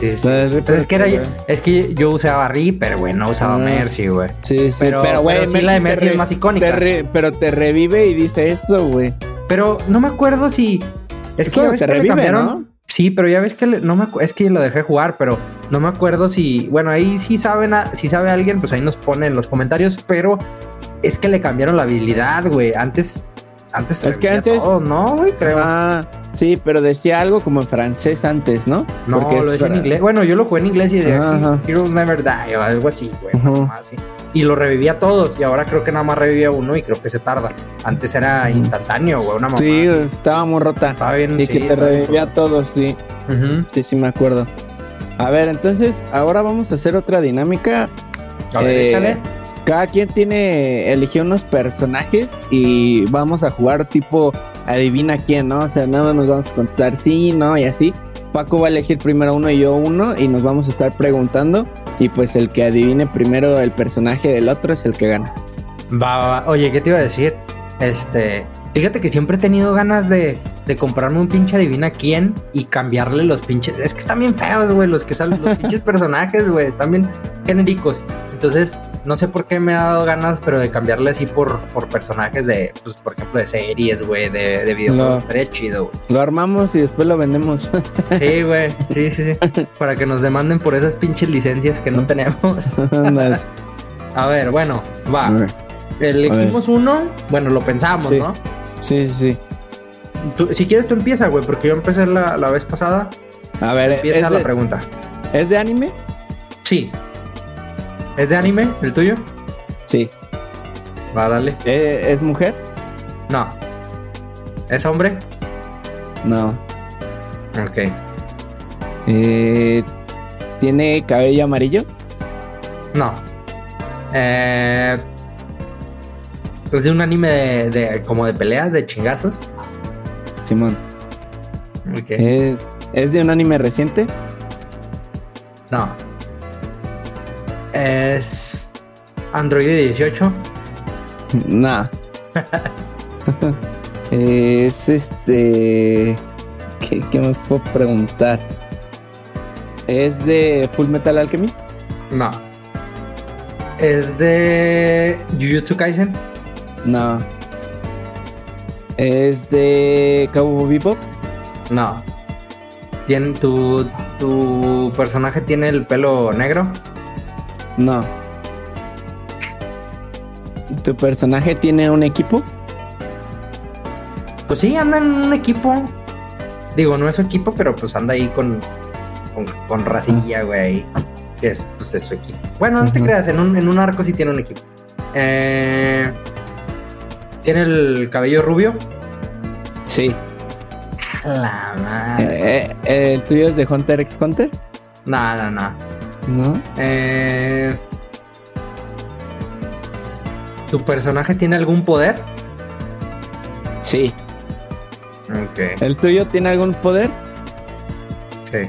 [SPEAKER 2] Sí, sí, sí.
[SPEAKER 1] La del Reaper.
[SPEAKER 2] Pues es que era yo,
[SPEAKER 1] güey.
[SPEAKER 2] es que yo usaba Reaper, güey, no usaba
[SPEAKER 1] Ah.
[SPEAKER 2] Mercy, güey.
[SPEAKER 1] Sí, sí,
[SPEAKER 2] Pero, pero,
[SPEAKER 1] güey,
[SPEAKER 2] sí, la de
[SPEAKER 1] te
[SPEAKER 2] Mercy
[SPEAKER 1] re-
[SPEAKER 2] es más
[SPEAKER 1] te
[SPEAKER 2] icónica.
[SPEAKER 1] re- pero te revive y dice eso, güey.
[SPEAKER 2] Pero no me acuerdo si. Es
[SPEAKER 1] Es
[SPEAKER 2] que ya
[SPEAKER 1] cuando
[SPEAKER 2] ves
[SPEAKER 1] te
[SPEAKER 2] que le
[SPEAKER 1] revive,
[SPEAKER 2] cambiaron.
[SPEAKER 1] ¿no?
[SPEAKER 2] Sí, pero ya ves que le- no me acu- es que lo dejé jugar, pero no me acuerdo si. Bueno, ahí sí saben a- si sabe alguien, pues ahí nos pone en los comentarios, pero es que le cambiaron la habilidad, güey. Antes. Antes se
[SPEAKER 1] Es que
[SPEAKER 2] revivía
[SPEAKER 1] antes-
[SPEAKER 2] todo, no, güey, creo.
[SPEAKER 1] Ah, sí, pero decía algo como en francés antes, ¿no?
[SPEAKER 2] no,
[SPEAKER 1] Porque es
[SPEAKER 2] lo decía en
[SPEAKER 1] fra-
[SPEAKER 2] inglés. Bueno, yo lo jugué en inglés y decía
[SPEAKER 1] Ajá.
[SPEAKER 2] Heroes Never Die o algo así, güey.
[SPEAKER 1] Ajá.
[SPEAKER 2] algo así. Y lo revivía a todos y ahora creo que nada más revivía uno y creo que se tarda. Antes era instantáneo, güey, una mamá.
[SPEAKER 1] Sí,
[SPEAKER 2] así.
[SPEAKER 1] estaba muy rota.
[SPEAKER 2] Estaba bien.
[SPEAKER 1] Y que te
[SPEAKER 2] estaba bien.
[SPEAKER 1] revivía a todos, sí.
[SPEAKER 2] Ujú.
[SPEAKER 1] Sí, sí, me acuerdo. A ver, entonces, ahora vamos a hacer otra dinámica.
[SPEAKER 2] A ver,
[SPEAKER 1] Eh,
[SPEAKER 2] échale.
[SPEAKER 1] Cada quien tiene, eligió unos personajes y vamos a jugar tipo adivina quién, ¿no? O sea, nada más nos vamos a contestar sí, no y así. Paco va a elegir primero uno y yo uno y nos vamos a estar preguntando y pues el que adivine primero el personaje del otro es el que gana.
[SPEAKER 2] Va, va, va. Oye, ¿qué te iba a decir? Este, fíjate que siempre he tenido ganas de, de comprarme un pinche adivina quién y cambiarle los pinches. Es que están bien feos, güey, los que salen, los pinches personajes, güey, están bien genéricos. Entonces, no sé por qué me ha dado ganas, pero de cambiarle así por, por personajes de, pues, por ejemplo, de series, güey, de, de videojuegos.
[SPEAKER 1] Lo-
[SPEAKER 2] Estaría chido, güey.
[SPEAKER 1] Lo armamos y después lo vendemos.
[SPEAKER 2] Sí, güey. Sí, sí, sí. Para que nos demanden por esas pinches licencias que no tenemos.
[SPEAKER 1] Andas.
[SPEAKER 2] A ver, bueno,
[SPEAKER 1] A
[SPEAKER 2] va.
[SPEAKER 1] ver.
[SPEAKER 2] Elegimos uno. Bueno, lo pensamos,
[SPEAKER 1] Sí.
[SPEAKER 2] ¿no?
[SPEAKER 1] Sí, sí, sí.
[SPEAKER 2] Tú- si quieres, tú empieza, güey, porque yo empecé la, la vez pasada.
[SPEAKER 1] A ver, ¿es
[SPEAKER 2] Empieza la
[SPEAKER 1] de,
[SPEAKER 2] pregunta.
[SPEAKER 1] ¿es de anime?
[SPEAKER 2] Sí. ¿Es de anime el tuyo?
[SPEAKER 1] Sí.
[SPEAKER 2] Va, dale.
[SPEAKER 1] ¿Eh, ¿Es mujer?
[SPEAKER 2] No. ¿Es hombre?
[SPEAKER 1] No.
[SPEAKER 2] Ok.
[SPEAKER 1] Eh, ¿Tiene cabello amarillo?
[SPEAKER 2] No. Eh, es de un anime de, de- como de peleas, de chingazos.
[SPEAKER 1] Simón.
[SPEAKER 2] Ok.
[SPEAKER 1] ¿Es, ¿Es de un anime reciente?
[SPEAKER 2] No. Es Android 18.
[SPEAKER 1] Nah. es este. ¿qué, qué más puedo preguntar? ¿Es de Full Metal Alchemist?
[SPEAKER 2] No. Es de Jujutsu Kaisen.
[SPEAKER 1] No. ¿Es de Cowboy Bebop?
[SPEAKER 2] No. Tien- tu, tu personaje tiene el pelo negro.
[SPEAKER 1] No. ¿Tu personaje tiene un equipo?
[SPEAKER 2] Pues sí, anda en un equipo. Digo, no es su equipo, pero pues anda ahí con, con, con racilla, güey. Que es, pues es su equipo. Bueno, no te
[SPEAKER 1] Ujú.
[SPEAKER 2] creas, en un, en un arco sí tiene un equipo. Eh, tiene el cabello rubio.
[SPEAKER 1] Sí.
[SPEAKER 2] La madre.
[SPEAKER 1] Eh, eh, ¿El tuyo es de Hunter x Hunter?
[SPEAKER 2] No, no, no.
[SPEAKER 1] No.
[SPEAKER 2] Eh, ¿Tu personaje tiene algún poder?
[SPEAKER 1] Sí.
[SPEAKER 2] Ok,
[SPEAKER 1] ¿El tuyo tiene algún poder?
[SPEAKER 2] sí.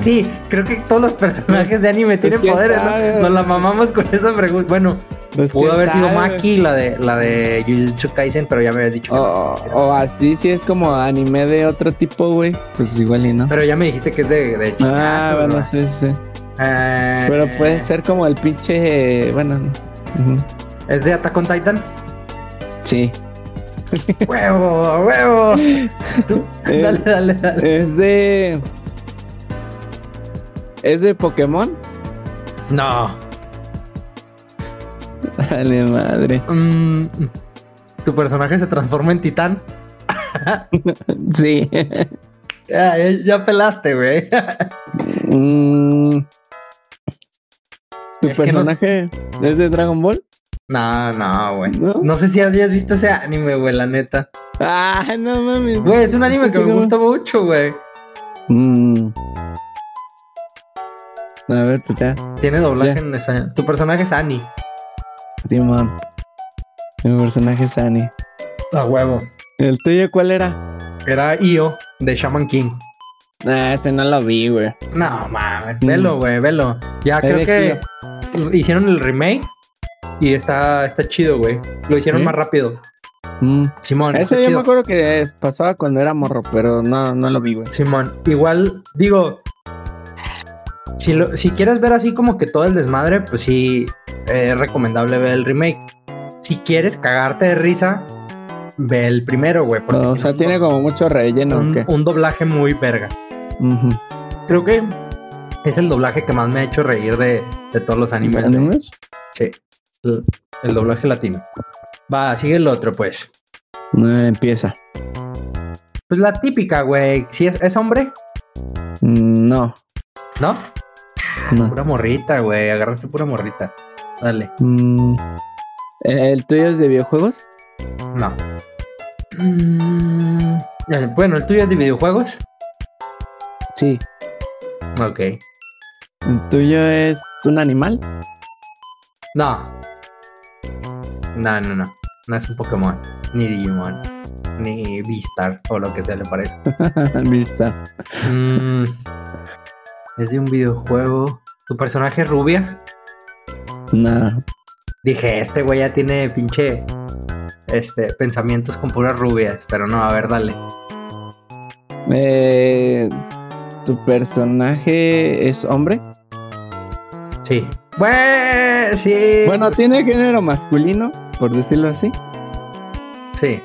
[SPEAKER 2] Sí, creo que todos los personajes de anime tienen
[SPEAKER 1] quién
[SPEAKER 2] poderes,
[SPEAKER 1] sabe.
[SPEAKER 2] ¿no? Nos la mamamos con esa pregunta. Bueno,
[SPEAKER 1] Pues,
[SPEAKER 2] pudo
[SPEAKER 1] ¿quién
[SPEAKER 2] haber sido
[SPEAKER 1] sabe?
[SPEAKER 2] Maki, la de la de Jujutsu Kaisen, pero ya me habías dicho.
[SPEAKER 1] O,
[SPEAKER 2] que no.
[SPEAKER 1] o así, si es como anime de otro tipo, güey. Pues igual y no.
[SPEAKER 2] Pero ya me dijiste que es de, de
[SPEAKER 1] Ah,
[SPEAKER 2] chingazos,
[SPEAKER 1] bueno,
[SPEAKER 2] ¿no?
[SPEAKER 1] sí, sí. sí.
[SPEAKER 2] Eh,
[SPEAKER 1] Pero pues. puede ser como el pinche. eh, Bueno, no. Ujú.
[SPEAKER 2] ¿Es de Attack on Titan?
[SPEAKER 1] sí.
[SPEAKER 2] ¡Huevo, huevo! Tú,
[SPEAKER 1] Eh,
[SPEAKER 2] dale, dale, dale.
[SPEAKER 1] Es de. ¿Es de Pokémon? Eh.
[SPEAKER 2] No.
[SPEAKER 1] Dale madre.
[SPEAKER 2] Mm, ¿Tu personaje se transforma en titán?
[SPEAKER 1] Sí.
[SPEAKER 2] Ya, ya, ya pelaste, güey.
[SPEAKER 1] Mm. ¿Tu
[SPEAKER 2] Es que no-
[SPEAKER 1] personaje es de Dragon Ball?
[SPEAKER 2] No, no, güey.
[SPEAKER 1] ¿No?
[SPEAKER 2] ¿No? sé si hayas visto ese anime, güey, la neta.
[SPEAKER 1] Ah, no mames.
[SPEAKER 2] Güey, es un anime que
[SPEAKER 1] Sí,
[SPEAKER 2] me
[SPEAKER 1] no.
[SPEAKER 2] gusta mucho, güey.
[SPEAKER 1] Mm. A ver, pues ya.
[SPEAKER 2] Tiene doblaje
[SPEAKER 1] Ya.
[SPEAKER 2] en español. Tu personaje es Annie.
[SPEAKER 1] Simón. Mi personaje es Annie.
[SPEAKER 2] A huevo.
[SPEAKER 1] ¿El tuyo cuál era?
[SPEAKER 2] Era Io de Shaman King.
[SPEAKER 1] Ah, ese no lo vi, güey.
[SPEAKER 2] No mames,
[SPEAKER 1] Mm.
[SPEAKER 2] velo, güey, velo. Ya
[SPEAKER 1] Es de
[SPEAKER 2] creo que hicieron el remake y está, está chido, güey. Lo hicieron
[SPEAKER 1] ¿Sí?
[SPEAKER 2] más rápido.
[SPEAKER 1] Mm.
[SPEAKER 2] Simón, está
[SPEAKER 1] Ese yo
[SPEAKER 2] chido.
[SPEAKER 1] me acuerdo que pasaba cuando era morro, pero no, no lo vi, güey.
[SPEAKER 2] Simón, igual digo, si, lo- si quieres ver así como que todo el desmadre, pues sí, eh, es recomendable ver el remake. Si quieres cagarte de risa, ve el primero, güey. porque Mm.
[SPEAKER 1] o sea, tiene
[SPEAKER 2] un,
[SPEAKER 1] como mucho relleno,
[SPEAKER 2] un-
[SPEAKER 1] ¿o qué?
[SPEAKER 2] un doblaje muy verga.
[SPEAKER 1] Ujú.
[SPEAKER 2] Creo que es el doblaje que más me ha hecho reír de, de todos los animes. de-
[SPEAKER 1] ¿Animes?
[SPEAKER 2] Sí, el, el doblaje latino. Va, sigue el otro, pues.
[SPEAKER 1] No, a ver, empieza.
[SPEAKER 2] Pues la típica, güey. Si es, es hombre,
[SPEAKER 1] Mm, No,
[SPEAKER 2] ¿no?
[SPEAKER 1] Ah. no.
[SPEAKER 2] Pura morrita, güey. Agarraste pura morrita. Dale.
[SPEAKER 1] Mm. ¿El tuyo es de videojuegos?
[SPEAKER 2] No. Mm, eh, Bueno, el tuyo es de videojuegos.
[SPEAKER 1] Sí.
[SPEAKER 2] Ok.
[SPEAKER 1] ¿El tuyo es un animal?
[SPEAKER 2] No. No, no, no. No es un Pokémon. Ni Digimon. ni Vistar o lo que sea le parece.
[SPEAKER 1] Mirza.
[SPEAKER 2] Mm, es de un videojuego. ¿Tu personaje es rubia?
[SPEAKER 1] No.
[SPEAKER 2] Dije, este güey ya tiene pinche este, pensamientos con puras rubias, pero no, a ver, dale.
[SPEAKER 1] Eh, ¿Tu personaje es hombre?
[SPEAKER 2] Sí. Güey, sí.
[SPEAKER 1] Bueno,
[SPEAKER 2] pues,
[SPEAKER 1] tiene género masculino, por decirlo así.
[SPEAKER 2] Sí.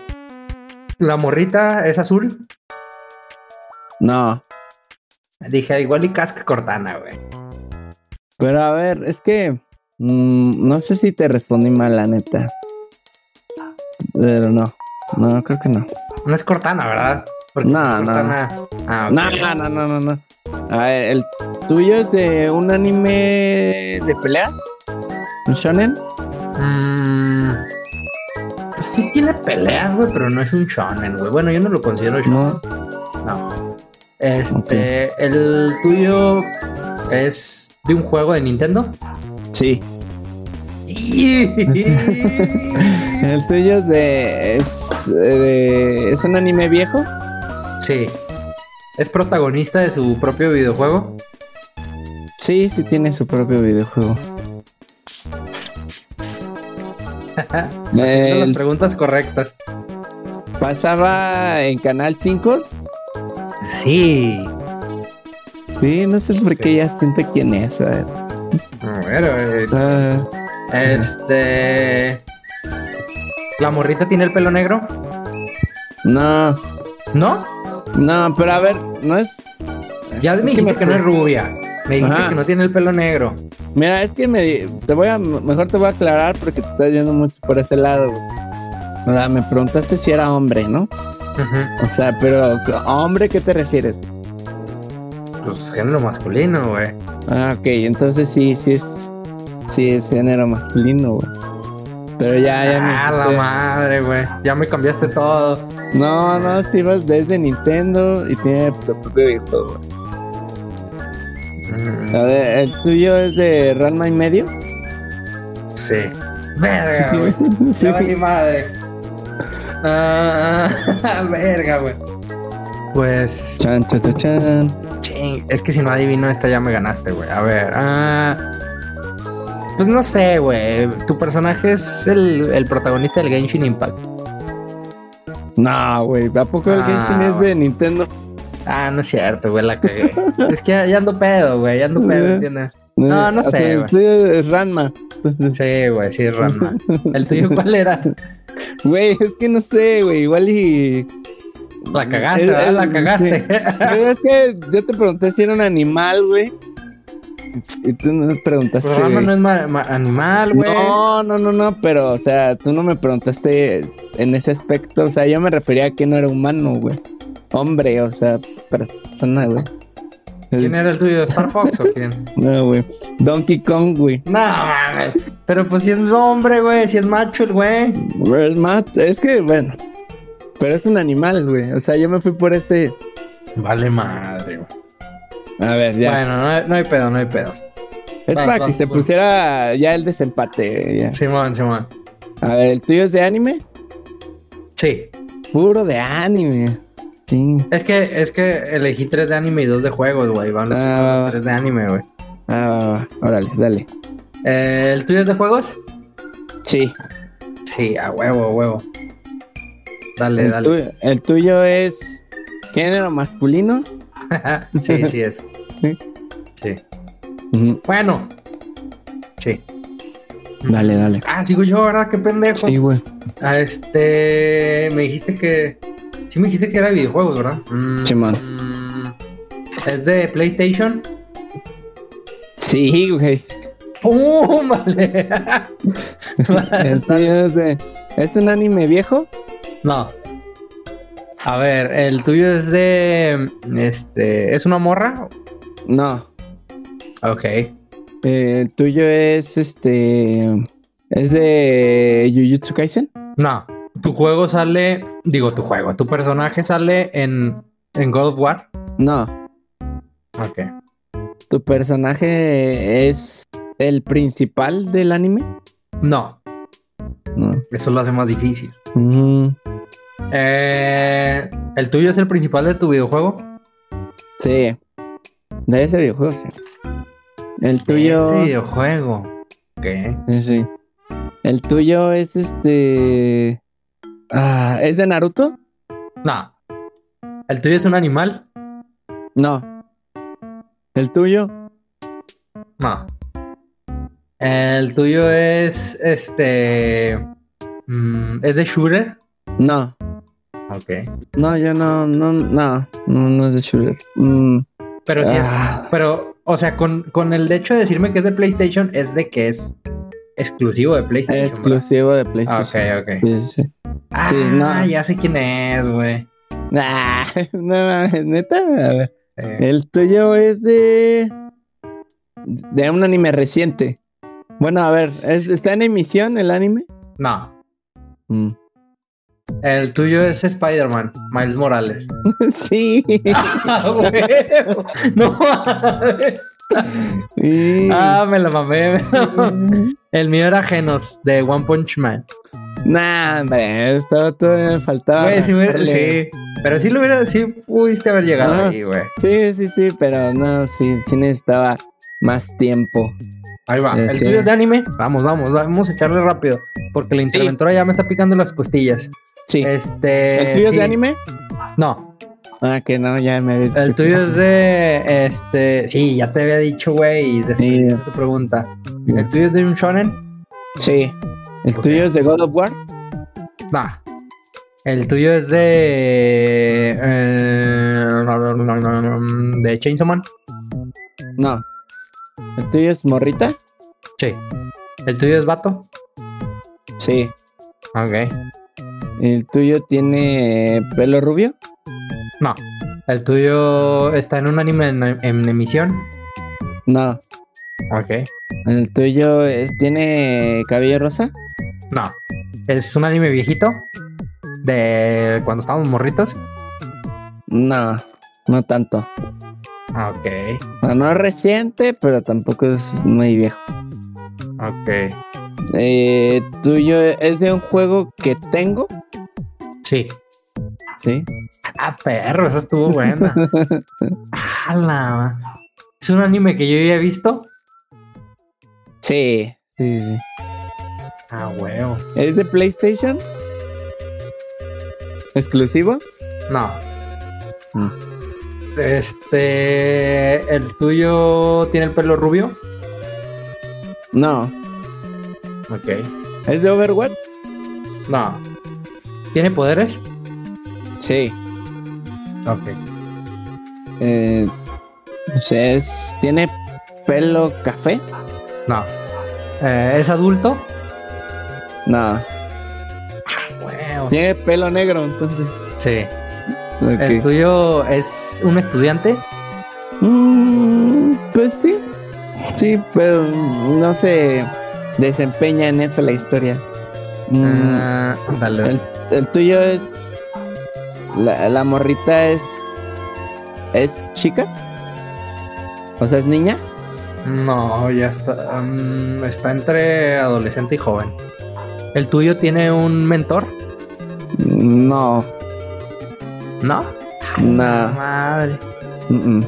[SPEAKER 2] La morrita es azul.
[SPEAKER 1] No.
[SPEAKER 2] Dije, igual y casca cortana, güey.
[SPEAKER 1] Pero a ver, es que mm, no sé si te respondí mal, la neta. Pero no. No, creo que no.
[SPEAKER 2] No es cortana, ¿verdad? Porque
[SPEAKER 1] No,
[SPEAKER 2] si es
[SPEAKER 1] no.
[SPEAKER 2] cortana. Ah, ok.
[SPEAKER 1] No, no, no, no, no, no. A ver, ¿el tuyo es de un anime de peleas? ¿Un shonen?
[SPEAKER 2] Mm, pues sí tiene peleas, güey, pero no es un shonen, güey. Bueno, yo no lo considero shonen.
[SPEAKER 1] No.
[SPEAKER 2] Este,
[SPEAKER 1] ok.
[SPEAKER 2] el tuyo es de un juego de Nintendo.
[SPEAKER 1] Sí.
[SPEAKER 2] sí,
[SPEAKER 1] ¿El tuyo es de... es, eh, de- ¿es un anime viejo?
[SPEAKER 2] es protagonista de su propio videojuego.
[SPEAKER 1] Sí, sí tiene su propio videojuego.
[SPEAKER 2] Haciendo las
[SPEAKER 1] Eh, El-
[SPEAKER 2] preguntas correctas.
[SPEAKER 1] ¿Pasaba en Canal 5?
[SPEAKER 2] Sí.
[SPEAKER 1] Sí, no sé por
[SPEAKER 2] Sí.
[SPEAKER 1] qué ya siento quién es. a ver.
[SPEAKER 2] A ver, a ver,
[SPEAKER 1] Ah,
[SPEAKER 2] este, la morrita tiene el pelo negro,
[SPEAKER 1] no,
[SPEAKER 2] ¿no?
[SPEAKER 1] no, pero a ver, no es...
[SPEAKER 2] Ya me
[SPEAKER 1] Es que
[SPEAKER 2] dijiste
[SPEAKER 1] me-
[SPEAKER 2] que no es rubia. Me dijiste
[SPEAKER 1] Ajá.
[SPEAKER 2] que no tiene el pelo negro.
[SPEAKER 1] Mira, es que me... Te voy a... Mejor te voy a aclarar porque te estás yendo mucho por ese lado. güey. O sea, me preguntaste si era hombre, ¿no?
[SPEAKER 2] Ujú.
[SPEAKER 1] O sea, pero ¿a hombre, ¿qué te refieres?
[SPEAKER 2] Pues género masculino, güey.
[SPEAKER 1] Ah, ok, entonces sí, sí es, sí es género masculino, güey. Pero ya, ya me
[SPEAKER 2] Ah, la
[SPEAKER 1] dijiste-
[SPEAKER 2] madre, güey. Ya me cambiaste todo.
[SPEAKER 1] No, no, si vas desde Nintendo y tiene tu propio videojuego. güey.
[SPEAKER 2] Mm,
[SPEAKER 1] A ver, ¿el tuyo es de Ranma y medio?
[SPEAKER 2] sí. Verga, Ah, güey.
[SPEAKER 1] Ah. Sí.
[SPEAKER 2] Ya valí madre. Ah, verga, güey. Pues,
[SPEAKER 1] Chan, chan, chan, chan.
[SPEAKER 2] ching, es que si no adivino esta ya me ganaste, güey. A ver, ah, pues no sé, güey. Tu personaje es el, el protagonista del Genshin Impact.
[SPEAKER 1] No, güey, ¿a poco el
[SPEAKER 2] Ah,
[SPEAKER 1] Genshin es de
[SPEAKER 2] bueno.
[SPEAKER 1] Nintendo?
[SPEAKER 2] Ah, no es cierto, güey, la cagué. es que ya, ya ando pedo, güey, ya ando pedo, ¿entiendes? No, no
[SPEAKER 1] O sea,
[SPEAKER 2] sé,
[SPEAKER 1] el
[SPEAKER 2] güey.
[SPEAKER 1] tuyo es Ranma. Entonces,
[SPEAKER 2] Sí, güey, sí, Rama. ¿El tuyo cuál era?
[SPEAKER 1] güey, es que no sé, güey, igual y...
[SPEAKER 2] La cagaste,
[SPEAKER 1] Es-
[SPEAKER 2] ¿verdad?
[SPEAKER 1] es-
[SPEAKER 2] La cagaste.
[SPEAKER 1] Pero es que yo te pregunté si era un animal, güey. Y tú no me preguntaste...
[SPEAKER 2] Pues Rama no es ma- ma- animal, güey.
[SPEAKER 1] No, no, no, no, pero, o sea, tú no me preguntaste en ese aspecto. O sea, yo me refería a que no era humano, güey. Hombre, o sea, persona, güey.
[SPEAKER 2] ¿Quién era el tuyo? ¿Star Fox o quién?
[SPEAKER 1] No, güey. Donkey Kong, güey.
[SPEAKER 2] No, mames. Pero pues si es hombre, güey, si es macho el güey.
[SPEAKER 1] Where's Matt? Es que, bueno. Pero es un animal, güey. O sea, yo me fui por ese.
[SPEAKER 2] Vale madre, güey.
[SPEAKER 1] A ver, ya.
[SPEAKER 2] Bueno, no, hay- no hay pedo, no hay pedo.
[SPEAKER 1] es
[SPEAKER 2] vas,
[SPEAKER 1] para
[SPEAKER 2] vas,
[SPEAKER 1] que se
[SPEAKER 2] vas.
[SPEAKER 1] pusiera ya el desempate. ya.
[SPEAKER 2] Simón, Simón.
[SPEAKER 1] A ver, ¿el tuyo es de anime?
[SPEAKER 2] Sí.
[SPEAKER 1] Puro de anime. Sí.
[SPEAKER 2] Es que, es que elegí tres de anime y dos de juegos, güey. Van los
[SPEAKER 1] Ah, va, va.
[SPEAKER 2] tres de anime, güey.
[SPEAKER 1] Ah, va, va. Órale, dale.
[SPEAKER 2] Eh, ¿El tuyo es de juegos?
[SPEAKER 1] Sí.
[SPEAKER 2] Sí, a huevo, a huevo. Dale,
[SPEAKER 1] el,
[SPEAKER 2] dale.
[SPEAKER 1] tuyo- el tuyo es género masculino.
[SPEAKER 2] sí, sí es.
[SPEAKER 1] Sí.
[SPEAKER 2] Sí. Bueno. Sí.
[SPEAKER 1] Dale, dale.
[SPEAKER 2] Ah, sigo yo, ¿verdad? Qué pendejo.
[SPEAKER 1] Sí, güey.
[SPEAKER 2] Ah, este. Me dijiste que. Sí, me dijiste que era de videojuegos, ¿verdad? Mm,
[SPEAKER 1] Simón.
[SPEAKER 2] mm, ¿Es de PlayStation?
[SPEAKER 1] Sí, güey.
[SPEAKER 2] ¡Pum! Vale.
[SPEAKER 1] El tuyo es de- ¿Es un anime viejo?
[SPEAKER 2] no. A ver, el tuyo es de. Este. ¿Es una morra?
[SPEAKER 1] No.
[SPEAKER 2] Ok.
[SPEAKER 1] Eh, El tuyo es este. ¿Es de Jujutsu Kaisen?
[SPEAKER 2] No. Tu juego sale. Digo, tu juego. Tu personaje sale en. En God of War.
[SPEAKER 1] No.
[SPEAKER 2] Ok.
[SPEAKER 1] ¿Tu personaje es el principal del anime?
[SPEAKER 2] No.
[SPEAKER 1] No.
[SPEAKER 2] Eso lo hace más difícil.
[SPEAKER 1] Mm.
[SPEAKER 2] Eh, ¿El tuyo es el principal de tu videojuego?
[SPEAKER 1] Sí. De ese videojuego, sí. El tuyo.
[SPEAKER 2] Ese videojuego. ¿Qué?
[SPEAKER 1] Sí, sí. El tuyo es este. Ah, ¿Es de Naruto?
[SPEAKER 2] No. ¿El tuyo es un animal?
[SPEAKER 1] No. ¿El tuyo?
[SPEAKER 2] No. El tuyo es este. mm, ¿Es de shooter?
[SPEAKER 1] No.
[SPEAKER 2] Ok.
[SPEAKER 1] No, yo no, no, no. No, no es de shooter. Mm,
[SPEAKER 2] Pero sí
[SPEAKER 1] Ah.
[SPEAKER 2] es. Pero, o sea, con, con el hecho de decirme que es de PlayStation, es de que es exclusivo de PlayStation.
[SPEAKER 1] exclusivo de
[SPEAKER 2] ¿verdad?
[SPEAKER 1] PlayStation.
[SPEAKER 2] Ok, ok.
[SPEAKER 1] Sí, sí, sí.
[SPEAKER 2] Ah,
[SPEAKER 1] Sí, no.
[SPEAKER 2] ya sé quién es, güey.
[SPEAKER 1] Nah, Ah, no mames, neta. A ver.
[SPEAKER 2] Eh,
[SPEAKER 1] El tuyo es de. de un anime reciente. Bueno, a ver, ¿es- ¿está en emisión el anime?
[SPEAKER 2] no.
[SPEAKER 1] Mm.
[SPEAKER 2] El tuyo es Spider-Man, Miles Morales.
[SPEAKER 1] sí.
[SPEAKER 2] Ah, güey. no.
[SPEAKER 1] Sí.
[SPEAKER 2] ah, me la mamé. me la mamé. El mío era Genos de One Punch Man.
[SPEAKER 1] nah, hombre, estaba todo faltaba.
[SPEAKER 2] Güey, sí, me-
[SPEAKER 1] rascarle.
[SPEAKER 2] sí. Pero sí lo hubiera, sí pudiste haber llegado
[SPEAKER 1] Ah.
[SPEAKER 2] ahí, güey.
[SPEAKER 1] sí, sí, sí, pero no, sí, sí necesitaba más tiempo.
[SPEAKER 2] Ahí va.
[SPEAKER 1] Ya
[SPEAKER 2] El
[SPEAKER 1] sé.
[SPEAKER 2] tuyo es de anime. Vamos, vamos, vamos a echarle rápido. Porque la interventora ya me está picando las costillas.
[SPEAKER 1] Sí.
[SPEAKER 2] Este.
[SPEAKER 1] ¿El tuyo es
[SPEAKER 2] sí.
[SPEAKER 1] de anime?
[SPEAKER 2] No.
[SPEAKER 1] Ah, que no, ya me habías
[SPEAKER 2] El
[SPEAKER 1] dicho.
[SPEAKER 2] tuyo es de. Este. Sí, ya te había dicho, güey. Y después
[SPEAKER 1] Sí.
[SPEAKER 2] de tu pregunta. ¿El tuyo es de un shonen?
[SPEAKER 1] Sí. ¿El
[SPEAKER 2] Ok.
[SPEAKER 1] tuyo es de God of War?
[SPEAKER 2] No. El tuyo es de. eh, de Chainsaw Man.
[SPEAKER 1] No. ¿El tuyo es Morrita?
[SPEAKER 2] Sí. ¿El tuyo es vato?
[SPEAKER 1] Sí.
[SPEAKER 2] Ok.
[SPEAKER 1] ¿El tuyo tiene pelo rubio?
[SPEAKER 2] No. ¿El tuyo está en un anime en, en emisión?
[SPEAKER 1] No.
[SPEAKER 2] Ok.
[SPEAKER 1] ¿El tuyo es- tiene cabello rosa?
[SPEAKER 2] No. ¿Es un anime viejito? ¿De cuando estábamos morritos?
[SPEAKER 1] No, no tanto.
[SPEAKER 2] Ah, Ok.
[SPEAKER 1] No, no es reciente, pero tampoco es muy viejo.
[SPEAKER 2] Ok.
[SPEAKER 1] Eh, ¿Tuyo es de un juego que tengo?
[SPEAKER 2] Sí.
[SPEAKER 1] Sí.
[SPEAKER 2] Ah, perro, esa estuvo buena. ¡Hala! ¿Es un anime que yo ya he visto?
[SPEAKER 1] Sí. Sí, sí.
[SPEAKER 2] Ah, huevo.
[SPEAKER 1] ¿Es de PlayStation? ¿Exclusivo?
[SPEAKER 2] No.
[SPEAKER 1] Mm.
[SPEAKER 2] Este. ¿El tuyo tiene el pelo rubio?
[SPEAKER 1] No.
[SPEAKER 2] Ok.
[SPEAKER 1] ¿Es de Overwatch?
[SPEAKER 2] No. ¿Tiene poderes?
[SPEAKER 1] Sí.
[SPEAKER 2] Ok.
[SPEAKER 1] Eh, no sé, es- ¿tiene pelo café?
[SPEAKER 2] No. Eh, ¿Es adulto?
[SPEAKER 1] No.
[SPEAKER 2] Huevo.
[SPEAKER 1] Tiene pelo negro, entonces.
[SPEAKER 2] Sí.
[SPEAKER 1] Ok.
[SPEAKER 2] ¿El tuyo es un estudiante?
[SPEAKER 1] Mm, pues sí, sí, pero no se desempeña en eso la historia. Mm,
[SPEAKER 2] Ah, dale.
[SPEAKER 1] el, el tuyo es... La, la morrita es... ¿Es chica? O sea, es niña.
[SPEAKER 2] No, ya está. mm, está entre adolescente y joven. ¿El tuyo tiene un mentor?
[SPEAKER 1] No,
[SPEAKER 2] No.
[SPEAKER 1] no.
[SPEAKER 2] Madre.
[SPEAKER 1] mm, mm.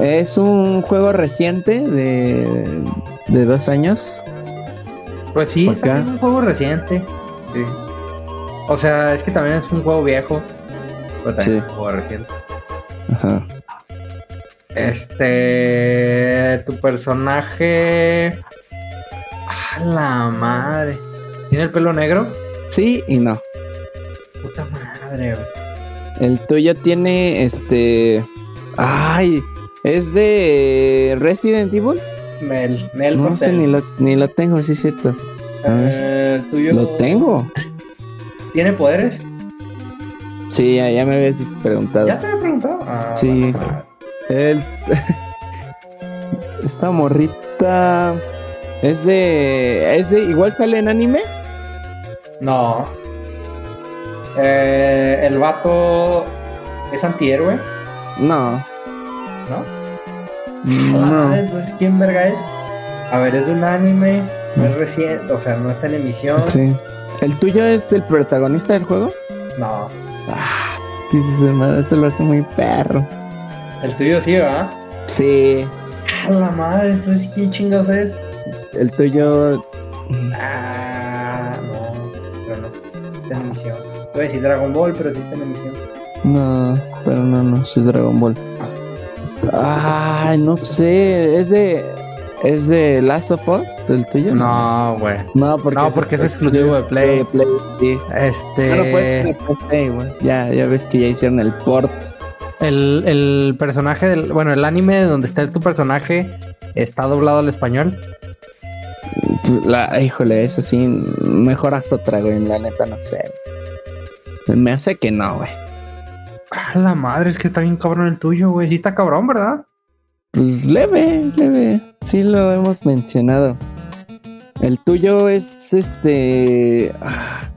[SPEAKER 1] Es un juego reciente de, de dos años.
[SPEAKER 2] Pues sí,
[SPEAKER 1] ¿Por
[SPEAKER 2] es
[SPEAKER 1] qué?
[SPEAKER 2] un juego reciente. Sí. O sea, es que también es un juego viejo. Pero también
[SPEAKER 1] Sí.
[SPEAKER 2] es un juego reciente.
[SPEAKER 1] Ajá.
[SPEAKER 2] Este. Tu personaje. A la madre. ¿Tiene el pelo negro?
[SPEAKER 1] Sí y no.
[SPEAKER 2] Puta madre, güey.
[SPEAKER 1] El tuyo tiene este. Ay, es de Resident Evil.
[SPEAKER 2] Nel, Nel
[SPEAKER 1] no sé,
[SPEAKER 2] Pastel.
[SPEAKER 1] ni lo, ni lo tengo, sí es cierto. a ver.
[SPEAKER 2] Eh, ¿el tuyo
[SPEAKER 1] ¿Lo tengo?
[SPEAKER 2] ¿Tiene poderes?
[SPEAKER 1] Sí, ya, ya me habías preguntado.
[SPEAKER 2] Ya te había preguntado. Ah,
[SPEAKER 1] Sí.
[SPEAKER 2] bueno.
[SPEAKER 1] El- Esta morrita. Es de. Es de. Igual sale en anime.
[SPEAKER 2] No. Eh, el vato es antihéroe,
[SPEAKER 1] No.
[SPEAKER 2] ¿no? Ah,
[SPEAKER 1] No.
[SPEAKER 2] entonces, ¿quién verga es? A ver, es de un anime, no es reciente, o sea, no está en emisión.
[SPEAKER 1] Sí. ¿El tuyo es el protagonista del juego?
[SPEAKER 2] No.
[SPEAKER 1] Ah, dices, hermano, eso lo hace muy perro.
[SPEAKER 2] El tuyo sí, ¿verdad?
[SPEAKER 1] Sí,
[SPEAKER 2] A la madre, entonces ¿quién chingados es?
[SPEAKER 1] el tuyo.
[SPEAKER 2] Ah, no, pero no está en emisión. Voy a decir Dragon Ball, pero sí está en emisión.
[SPEAKER 1] No, pero no, no, sí es Dragon Ball. Ay, no sé, es de. ¿Es de Last of Us? ¿El tuyo?
[SPEAKER 2] No, güey.
[SPEAKER 1] No, porque,
[SPEAKER 2] No, porque es exclusivo de Play.
[SPEAKER 1] de Play, sí.
[SPEAKER 2] Este.
[SPEAKER 1] No lo puedes tener por Play, güey. Eh, Ya, ya ves que ya hicieron el port.
[SPEAKER 2] el, el personaje del. Bueno, el anime donde está tu personaje está doblado al español.
[SPEAKER 1] Pues, La, híjole, es así. Mejor hasta otra, güey. La neta, no sé. Me hace que no, güey.
[SPEAKER 2] A la madre, es que está bien cabrón el tuyo, güey. Sí está cabrón, ¿verdad?
[SPEAKER 1] Pues leve, leve. Sí lo hemos mencionado. El tuyo es este. ah,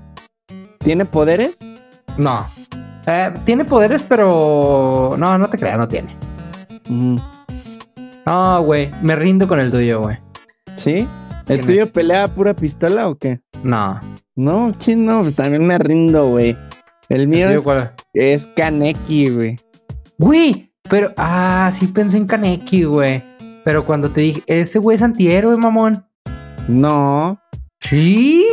[SPEAKER 1] ¿Tiene poderes?
[SPEAKER 2] No. Eh, tiene poderes, pero. No, no te creas, no tiene.
[SPEAKER 1] Mm,
[SPEAKER 2] No, güey. Me rindo con el tuyo, güey.
[SPEAKER 1] ¿Sí? ¿El
[SPEAKER 2] Tienes.
[SPEAKER 1] tuyo pelea a pura pistola o qué?
[SPEAKER 2] No.
[SPEAKER 1] No, ¿quién no? Pues también me rindo, güey. El mío
[SPEAKER 2] ¿El tuyo
[SPEAKER 1] es,
[SPEAKER 2] cuál es?
[SPEAKER 1] es Kaneki, güey.
[SPEAKER 2] Güey, pero. Ah, sí pensé en Kaneki, güey. Pero cuando te dije, ese güey es antihéroe, mamón.
[SPEAKER 1] No.
[SPEAKER 2] Sí.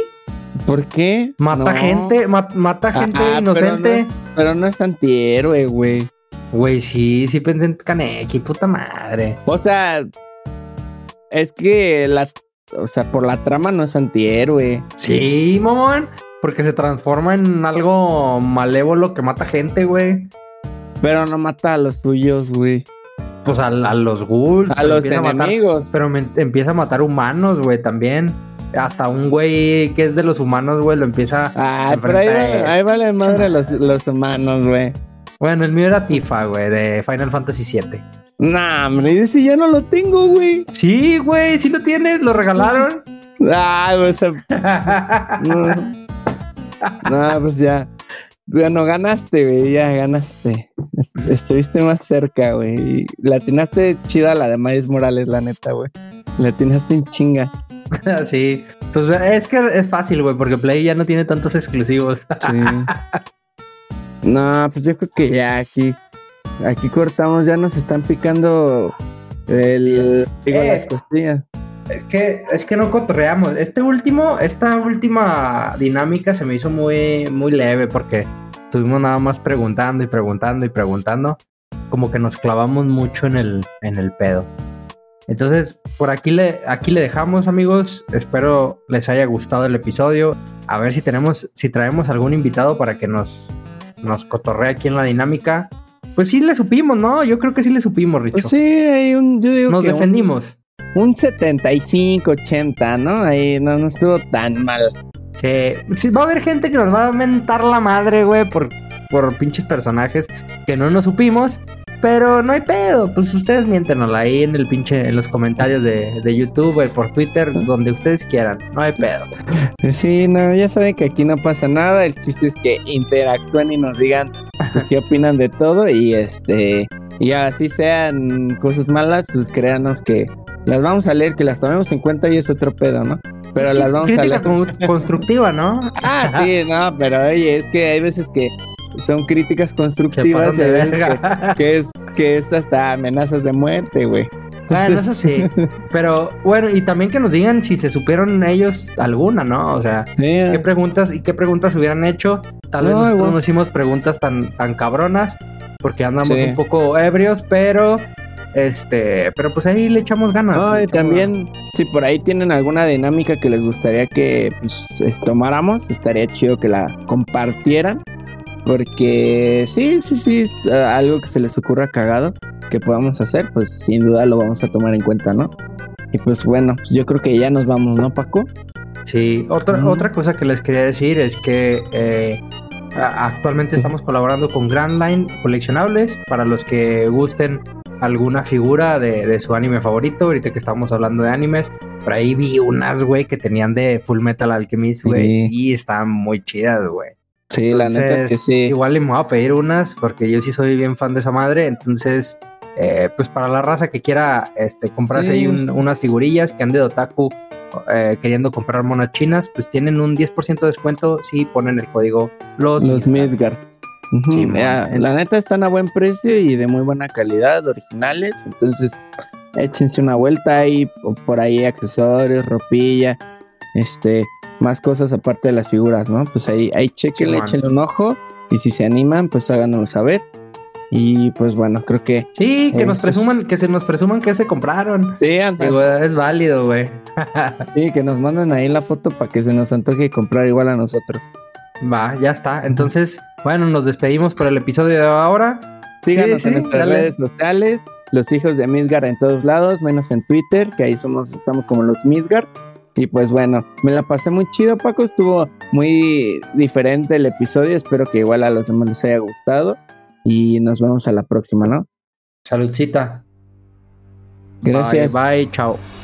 [SPEAKER 1] ¿Por qué?
[SPEAKER 2] Mata
[SPEAKER 1] No.
[SPEAKER 2] gente, ma- mata gente
[SPEAKER 1] Ah,
[SPEAKER 2] inocente.
[SPEAKER 1] Pero no, es, pero no es antihéroe, güey.
[SPEAKER 2] Güey, sí, sí pensé en Kaneki, puta madre.
[SPEAKER 1] O sea, es que la. O sea, por la trama no es antihéroe.
[SPEAKER 2] Sí, mamón. Porque se transforma en algo malévolo que mata gente, güey.
[SPEAKER 1] Pero no mata a los suyos, güey.
[SPEAKER 2] Pues a, a los ghouls.
[SPEAKER 1] A
[SPEAKER 2] Pues, pero
[SPEAKER 1] los
[SPEAKER 2] empieza matar-
[SPEAKER 1] enemigos.
[SPEAKER 2] pero me- empieza a matar humanos, güey, también. Hasta un güey que es de los humanos, güey, lo empieza.
[SPEAKER 1] Ay,
[SPEAKER 2] enfrenta
[SPEAKER 1] Ah, pero ahí,
[SPEAKER 2] a él.
[SPEAKER 1] va- ahí vale madre los, los humanos, güey.
[SPEAKER 2] Bueno, el mío era Tifa, güey, de Final Fantasy VII.
[SPEAKER 1] Nah, hombre, si ya no lo tengo, güey.
[SPEAKER 2] Sí, güey, sí lo tienes, lo regalaron.
[SPEAKER 1] Ah, o sea, no. No, pues ya. Ya no ganaste, güey. Ya ganaste. Est- Estuviste más cerca, güey. Y La atinaste chida la de Miles Morales, la neta, güey. La atinaste en chinga.
[SPEAKER 2] sí, pues ve- es que es fácil, güey, porque Play ya no tiene tantos exclusivos.
[SPEAKER 1] Sí. No, pues yo creo que ya aquí. Aquí cortamos, ya nos están picando el. Digo,
[SPEAKER 2] Eh.
[SPEAKER 1] las costillas.
[SPEAKER 2] Es que, es que no cotorreamos. Este último, esta última dinámica se me hizo muy, muy leve porque estuvimos nada más preguntando y preguntando y preguntando. Como que nos clavamos mucho en el, en el pedo. Entonces, por aquí le, aquí le dejamos, amigos. Espero les haya gustado el episodio. A ver si tenemos, si traemos algún invitado para que nos, nos cotorree aquí en la dinámica. Pues sí le supimos, ¿no? Yo creo que sí le supimos, Richo.
[SPEAKER 1] Pues sí, hay un. Yo digo
[SPEAKER 2] nos
[SPEAKER 1] que un-
[SPEAKER 2] defendimos.
[SPEAKER 1] Un 75, 80, ¿no? Ahí no, no estuvo tan mal.
[SPEAKER 2] Sí, sí, va a haber gente que nos va a mentar la madre, güey, por, por pinches personajes que no nos supimos. Pero no hay pedo, pues ustedes miéntenosla ahí en el pinche, en los comentarios de, de YouTube, güey, por Twitter, donde ustedes quieran, no hay pedo.
[SPEAKER 1] Pues Sí, no, ya saben que aquí no pasa nada. El chiste es que interactúen y nos digan pues, qué opinan de todo. Y este, y así sean cosas malas, pues créanos que las vamos a leer, que las tomemos en cuenta y es otro pedo, ¿no? Pero
[SPEAKER 2] Es que
[SPEAKER 1] las vamos a
[SPEAKER 2] crítica
[SPEAKER 1] leer.
[SPEAKER 2] con- constructiva, ¿no?
[SPEAKER 1] Ah, sí, no, pero oye, es que hay veces que son críticas
[SPEAKER 2] Se
[SPEAKER 1] constructivas
[SPEAKER 2] pasan
[SPEAKER 1] y hay
[SPEAKER 2] de
[SPEAKER 1] veces
[SPEAKER 2] verga.
[SPEAKER 1] que, que es, que es hasta amenazas de muerte, güey.
[SPEAKER 2] Bueno, Ah, eso sí. Pero bueno, y también que nos digan si se supieron ellos alguna, ¿no? O sea,
[SPEAKER 1] Sí,
[SPEAKER 2] qué preguntas y qué preguntas hubieran hecho. Tal vez
[SPEAKER 1] No,
[SPEAKER 2] nosotros
[SPEAKER 1] igual.
[SPEAKER 2] no hicimos preguntas tan, tan cabronas porque andamos
[SPEAKER 1] Sí.
[SPEAKER 2] un poco ebrios, pero este, pero pues ahí le echamos ganas.
[SPEAKER 1] No,
[SPEAKER 2] Le
[SPEAKER 1] y
[SPEAKER 2] echamos
[SPEAKER 1] también, si por ahí tienen alguna dinámica que les gustaría que pues, es- tomáramos, estaría chido que la compartieran. Porque sí, sí, sí, es, eh, algo que se les ocurra cagado que podamos hacer, pues sin duda lo vamos a tomar en cuenta, ¿no? Y pues bueno, pues, yo creo que ya nos vamos, ¿no, Paco?
[SPEAKER 2] ganas. Sí, otra,
[SPEAKER 1] Mm.
[SPEAKER 2] otra cosa que les quería decir es que eh, a- actualmente estamos colaborando con Grand Line Coleccionables para los que gusten alguna figura de, de su anime favorito. Ahorita que estamos hablando de animes, por ahí vi unas, güey, que tenían de Full Metal Alchemist, güey,
[SPEAKER 1] Sí.
[SPEAKER 2] y estaban muy chidas, güey.
[SPEAKER 1] Sí, la neta es que
[SPEAKER 2] Entonces,
[SPEAKER 1] sí.
[SPEAKER 2] Igual le me voy a pedir unas porque yo sí soy bien fan de esa madre. Entonces, eh, pues para la raza que quiera este, comprarse
[SPEAKER 1] Sí,
[SPEAKER 2] ahí un-
[SPEAKER 1] es-
[SPEAKER 2] unas figurillas que ande de otaku eh, queriendo comprar monas chinas, pues tienen un 10% de descuento si ponen el código los,
[SPEAKER 1] Los Midgard. Ujú,
[SPEAKER 2] Sí,
[SPEAKER 1] mira,
[SPEAKER 2] bueno, en-
[SPEAKER 1] la neta están a buen precio y de muy buena calidad, originales. Entonces, échense una vuelta ahí, po- por ahí accesorios, ropilla, este, más cosas aparte de las figuras, ¿no? Pues ahí, ahí chequenle,
[SPEAKER 2] Simón.
[SPEAKER 1] échenle un ojo y si se animan, pues háganoslo saber. Y pues bueno, creo que
[SPEAKER 2] Sí, que nos
[SPEAKER 1] Eso es.
[SPEAKER 2] presuman, que se nos presuman que se compraron.
[SPEAKER 1] sí, anda,
[SPEAKER 2] Digo, es válido, güey.
[SPEAKER 1] sí, que nos manden ahí la foto para que se nos antoje comprar igual a nosotros.
[SPEAKER 2] Va, ya está. Entonces, bueno, nos despedimos por el episodio de ahora.
[SPEAKER 1] Síganos
[SPEAKER 2] Sí,
[SPEAKER 1] en
[SPEAKER 2] sí,
[SPEAKER 1] nuestras
[SPEAKER 2] dale.
[SPEAKER 1] redes sociales, los hijos de Midgar en todos lados, menos en Twitter, que ahí somos, estamos como los Midgar. Y pues bueno, me la pasé muy chido, Paco. Estuvo muy diferente el episodio. Espero que igual a los demás les haya gustado. Y nos vemos a la próxima, ¿no?
[SPEAKER 2] Saludcita.
[SPEAKER 1] Gracias.
[SPEAKER 2] Bye, bye, chao.